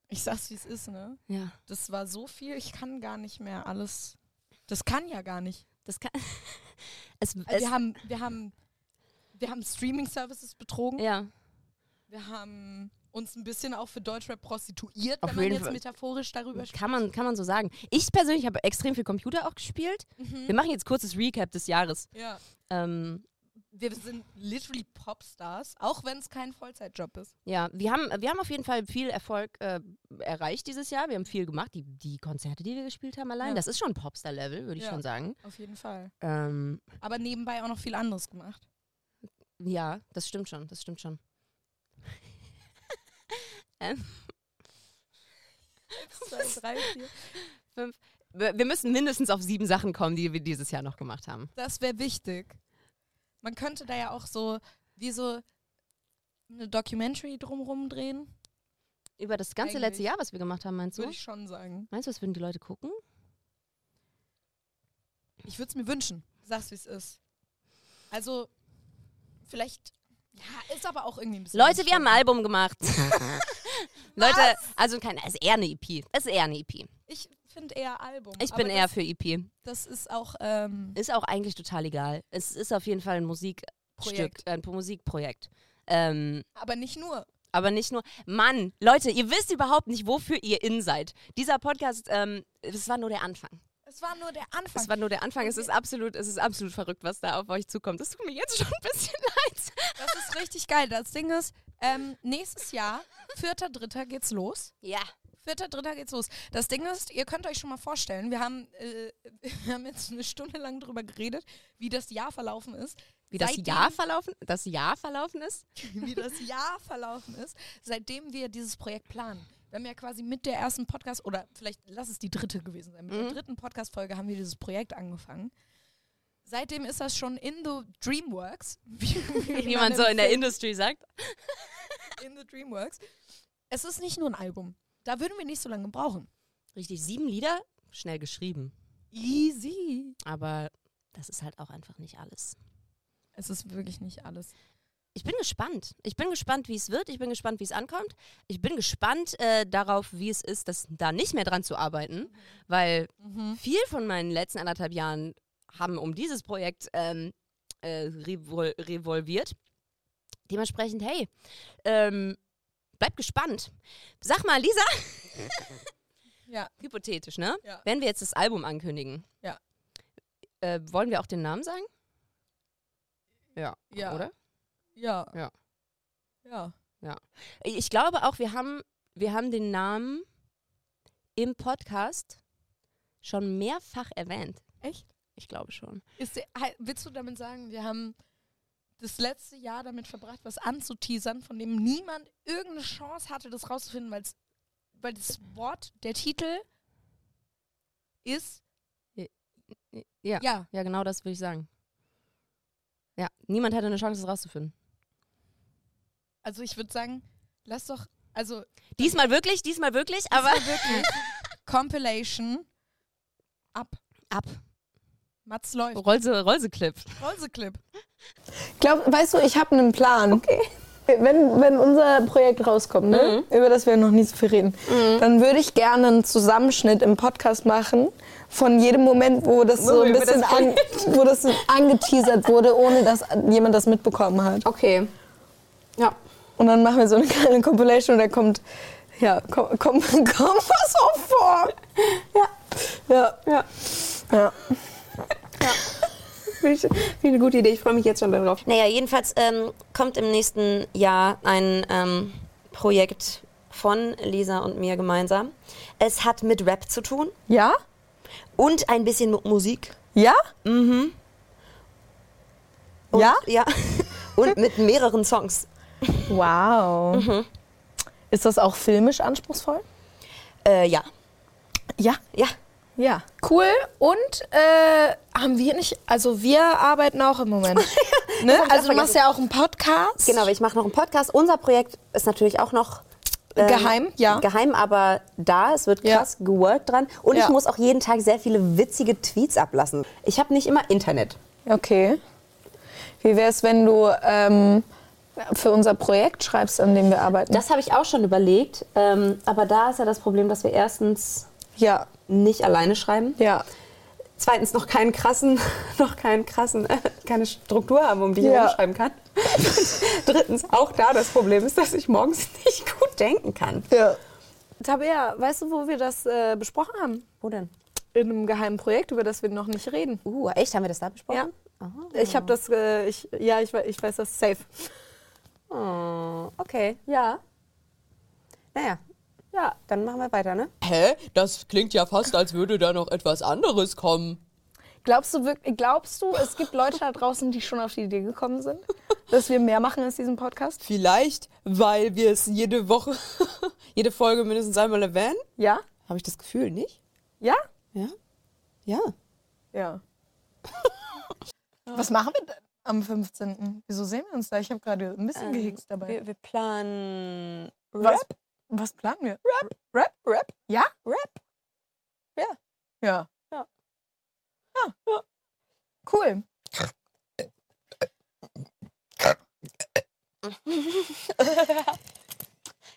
Ich sag's, wie es ist, ne?
Ja.
Das war so viel, ich kann gar nicht mehr alles. Das kann ja gar nicht.
Das kann es,
Also
es
wir haben, wir haben, wir haben Streaming-Services betrogen.
ja.
Wir haben uns ein bisschen auch für Deutschrap prostituiert,
Auf
wenn man
jeden
jetzt
Fall.
metaphorisch darüber spricht.
Kann man, kann man so sagen. Ich persönlich habe extrem viel Computer auch gespielt.
Mhm.
Wir machen jetzt kurzes Recap des Jahres.
Ja.
Ähm,
Wir sind literally Popstars, auch wenn es kein Vollzeitjob ist.
Ja, wir haben, wir haben auf jeden Fall viel Erfolg äh, erreicht dieses Jahr. Wir haben viel gemacht. Die, die Konzerte, die wir gespielt haben allein,
Ja.
das ist schon Popstar-Level, würde ich
Ja.
schon sagen.
Auf jeden Fall.
Ähm,
Aber nebenbei auch noch viel anderes gemacht.
ja, das stimmt schon, das stimmt schon.
Zwei, drei, vier.
Wir wir müssen mindestens auf sieben Sachen kommen, die wir dieses Jahr noch gemacht haben.
Das wäre wichtig. Man könnte da ja auch so, wie so eine Documentary drumrum drehen.
Über das ganze letzte
Eigentlich.
Jahr, was wir gemacht haben, meinst du?
Würde ich schon sagen.
Meinst du, was würden die Leute gucken?
Ich würde es mir wünschen. Sag's, wie es ist. Also, vielleicht. Ja, ist aber auch irgendwie ein bisschen.
Leute, wir haben ein Album gemacht. Leute, also kein, es ist eher eine EP. Es ist eher eine EP.
Ich finde eher Album.
Ich
aber
bin eher
das,
für E EP.
Das ist auch. Ähm,
Ist auch eigentlich total egal. Es ist auf jeden Fall ein Musikstück, äh,
Projekt.
ein Pro- Musikprojekt. Ähm,
aber nicht nur.
aber nicht nur. Mann, Leute, ihr wisst überhaupt nicht, wofür ihr in seid. Dieser Podcast, ähm, es war nur der Anfang.
Es war nur der Anfang.
Es war nur der Anfang. Es ist absolut, es ist absolut verrückt, was da auf euch zukommt. Das tut mir jetzt schon ein bisschen leid.
das ist richtig geil. Das Ding ist, ähm, nächstes Jahr, 4.3. geht's los.
Ja.
Vierter, dritter geht's los. Das Ding ist, ihr könnt euch schon mal vorstellen, wir haben, äh, wir haben jetzt eine Stunde lang drüber geredet, wie das Jahr verlaufen ist.
Wie das
Seitdem-
Jahr verlaufen, das Jahr verlaufen ist?
wie das Jahr verlaufen ist, seitdem wir dieses Projekt planen. Wir haben ja quasi mit der ersten Podcast, oder vielleicht lass es die dritte gewesen sein, mit
Mhm.
der dritten Podcast-Folge haben wir dieses Projekt angefangen. Seitdem ist das schon in the Dreamworks. Wie, wie
Wie
man
man
im
so in der
Film
Industry sagt.
in the Dreamworks. Es ist nicht nur ein Album. Da würden wir nicht so lange brauchen.
Richtig, sieben Lieder, schnell geschrieben.
Easy.
Aber das ist halt auch einfach nicht alles.
Es ist wirklich nicht alles.
Ich bin gespannt. Ich bin gespannt, wie es wird. Ich bin gespannt, wie es ankommt. Ich bin gespannt äh, darauf, wie es ist, das da nicht mehr dran zu arbeiten, weil
Mhm.
viel von meinen letzten anderthalb Jahren haben um dieses Projekt ähm, äh, revol revolviert. Dementsprechend, hey, ähm, bleibt gespannt. Sag mal, Lisa.
Ja.
Hypothetisch, ne?
Ja.
Wenn wir jetzt das Album ankündigen,
Ja.
äh, wollen wir auch den Namen sagen? Ja,
Ja.
oder?
Ja.
Ja.
Ja.
Ich glaube auch, wir haben, wir haben den Namen im Podcast schon mehrfach erwähnt.
Echt?
Ich glaube schon.
Ist der, hei- willst du damit sagen, wir haben das letzte Jahr damit verbracht, was anzuteasern, von dem niemand irgendeine Chance hatte, das rauszufinden, weil's, weil das Wort, der Titel ist
Ja. ja.
ja.
genau das würde ich sagen. Ja, niemand hatte eine Chance, das rauszufinden.
Also ich würde sagen, lass doch, also
Diesmal wirklich, diesmal wirklich, aber
wirklich Compilation ab
ab.
Mats läuft.
Rollse, Rollse-Clip.
Rollseclip.
Glaub, weißt du, ich habe einen Plan. Okay. Wenn, wenn unser Projekt rauskommt, ne, über das wir noch nie so viel reden, dann würde ich gerne einen Zusammenschnitt im Podcast machen von jedem Moment, wo das so ein bisschen an, wo das so angeteasert wurde, ohne dass jemand das mitbekommen hat.
Okay. Ja.
Und dann machen wir so eine kleine Compilation und da kommt, ja, komm, komm, komm was auch vor. Ja. Ja.
Ja.
Ja.
Finde ich eine gute Idee. Ich freue mich jetzt schon darauf.
Naja, jedenfalls ähm, kommt im nächsten Jahr ein ähm, Projekt von Lisa und mir gemeinsam. Es hat mit Rap zu tun
Ja?
und ein bisschen mit Musik.
Ja? Mhm. Ja?
Ja. Und mit mehreren Songs.
Wow. Ist das auch filmisch anspruchsvoll?
Äh, ja.
Ja.
Ja.
Ja. Cool. Und äh, haben wir nicht, also wir arbeiten auch im Moment. ne? Also du machst ja auch einen Podcast.
Genau, ich mache noch einen Podcast. Unser Projekt ist natürlich auch noch. ähm,
Geheim, ja.
Geheim, aber da, es wird
Ja.
krass geworkt dran. Und
Ja.
ich muss auch jeden Tag sehr viele witzige Tweets ablassen. Ich habe nicht immer Internet.
Okay. Wie wäre es, wenn du ähm, für unser Projekt schreibst, an dem wir arbeiten?
Das habe ich auch schon überlegt. Ähm, aber da ist ja das Problem, dass wir erstens
ja.
nicht alleine schreiben.
Ja.
zweitens noch keinen krassen, noch keinen krassen, äh, keine Struktur haben, um die ich
Ja.
herumschreiben kann. Drittens, auch da das Problem ist, dass ich morgens nicht gut denken kann.
Ja. Tabea, weißt du, wo wir das äh, besprochen haben?
Wo denn?
In einem geheimen Projekt, über das wir noch nicht reden.
Uh, echt? Haben wir das da besprochen?
Ja. Ich habe das, äh, ich, ja, ich, wei- ich weiß das safe.
Oh, okay.
Ja,
Naja,
ja.
dann machen wir weiter, ne?
Hä? Das klingt ja fast, als würde da noch etwas anderes kommen.
Glaubst du, wirklich, glaubst du, es gibt Leute da draußen, die schon auf die Idee gekommen sind, dass wir mehr machen als diesen Podcast?
Vielleicht, weil wir es jede Woche, jede Folge mindestens einmal erwähnen.
Ja?
Habe ich das Gefühl, nicht?
Ja?
Ja. Ja.
Ja. Was machen wir denn am 15.? Wieso sehen wir uns da? Ich habe gerade ein bisschen gehickst dabei.
Wir, wir planen
Was, was planen wir? Rap? Rap? Rap? Ja? Rap? Ja. Ja.
Ja.
Ja. Cool.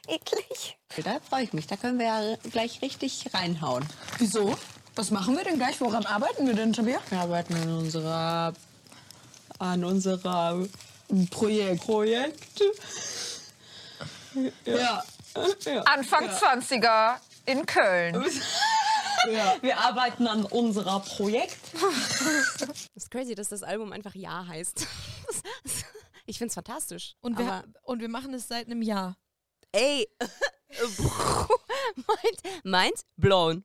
eklig.
Da freue ich mich. Da können wir ja gleich richtig reinhauen.
Wieso? Was machen wir denn gleich? Woran arbeiten wir denn, Tabea?
Wir arbeiten an unserer an unserer Projekt. Projekt. Ja. ja.
Anfang 20er in Köln.
Wir arbeiten an unserer Projekt.
Das ist crazy, dass das Album einfach Ja heißt. ich find's fantastisch.
Und wir,
aber,
ha- und wir machen es seit einem Jahr.
ey, meint, meint blown.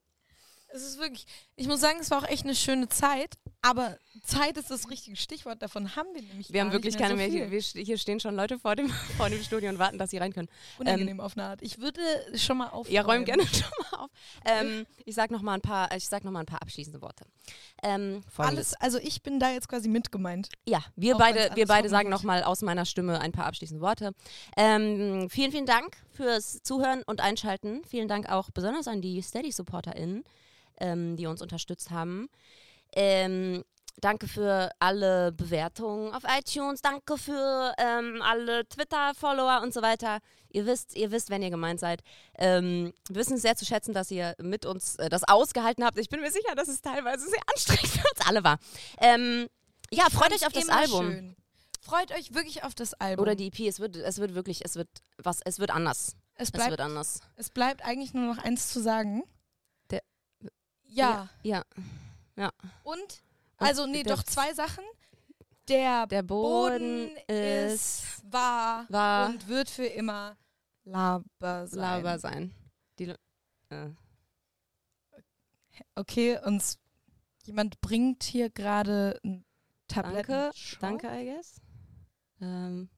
Es ist wirklich, ich muss sagen, es war auch echt eine schöne Zeit, aber Zeit ist das richtige Stichwort, davon haben wir nämlich
Wir
gar
haben wirklich
nicht
keine
mehr.
mehr.
Ah, so viel.
Wir, hier stehen schon Leute vor dem, vor dem Studio und warten, dass sie rein können.
Unangenehm auf eine Art. Ich würde schon mal auf.
ähm, Ja, räum gerne schon mal auf. Ähm, ich sag noch mal ein paar, ich sag noch mal ein paar abschließende Worte. Ähm,
Alles,
Folgendes.
also ich bin da jetzt quasi mitgemeint.
Ja, wir
Auch wenn's
beide,
alles
wir beide
trocken
sagen
wird.
nochmal aus meiner Stimme ein paar abschließende Worte. Ähm, vielen, vielen Dank fürs Zuhören und Einschalten. Vielen Dank auch besonders an die Steady-SupporterInnen, ähm, die uns unterstützt haben. Ähm, danke für alle Bewertungen auf iTunes. Danke für ähm, alle Twitter-Follower und so weiter. Ihr wisst, ihr wisst, wenn ihr gemeint seid. Ähm, wir wissen es sehr zu schätzen, dass ihr mit uns äh, das ausgehalten habt. Ich bin mir sicher, dass es teilweise sehr anstrengend für uns alle war. Ähm, ja, freut euch auf das
Immer
Album.
Schön. Freut euch wirklich auf das Album.
Oder die EP, es wird, es wird wirklich, es wird was, es wird anders.
es
Es
bleibt,
wird anders.
es bleibt eigentlich nur noch eins zu sagen.
Der-
ja.
Ja.
Und? Also, nee,
der-
doch zwei Sachen. Der,
Der Boden, ist
wahr
war
und wird für immer Laber sein.
Laber sein. Die, Lu- äh.
Okay, uns jemand bringt hier gerade ein
Danke,
Tablettenschrauben.
danke, I guess. Ähm,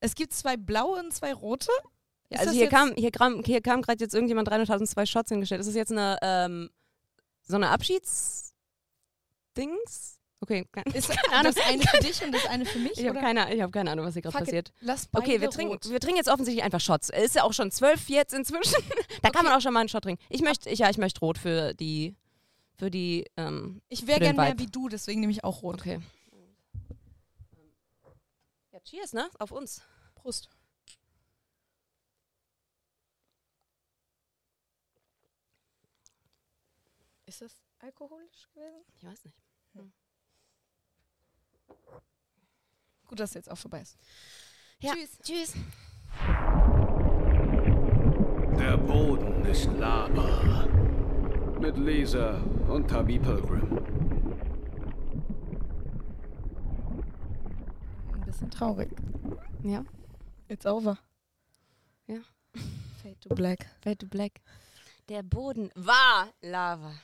Es gibt zwei blaue und zwei rote. Ist
ja, also
das
hier
jetzt-
kam, hier kam, hier kam gerade jetzt irgendjemand rein und hat uns zwei Shots hingestellt. Ist das jetzt eine, ähm, so eine Abschieds-Dings? Okay, kein-
Ist
Ahnung.
das eine für dich und das eine für mich?
ich habe
oder?
keine, ich hab keine Ahnung, was hier gerade
Fuck it,
passiert.
Lass beide
Okay, wir trinken,
rot.
wir trinken jetzt offensichtlich einfach Shots. Ist ja auch schon zwölf jetzt inzwischen. Da kann man auch schon mal einen Shot trinken.
Ah.
Ich möchte, ich, ja, ich möchte rot für die, für die, ähm,
Ich
für
wäre
den
gern mehr
Vibe.
wie du, deswegen nehme ich auch rot.
okay. Ja, cheers, ne? Auf uns.
Prost. Ist das alkoholisch gewesen?
Ich weiß nicht.
Gut, dass jetzt auch vorbei ist.
Ja.
Tschüss.
Tschüss.
Der Boden ist Lava. Mit Lisa und Tabi Pilgrim.
Ein bisschen traurig.
Ja.
It's over.
Ja.
Fade to black.
Fade to black. Der Boden war Lava.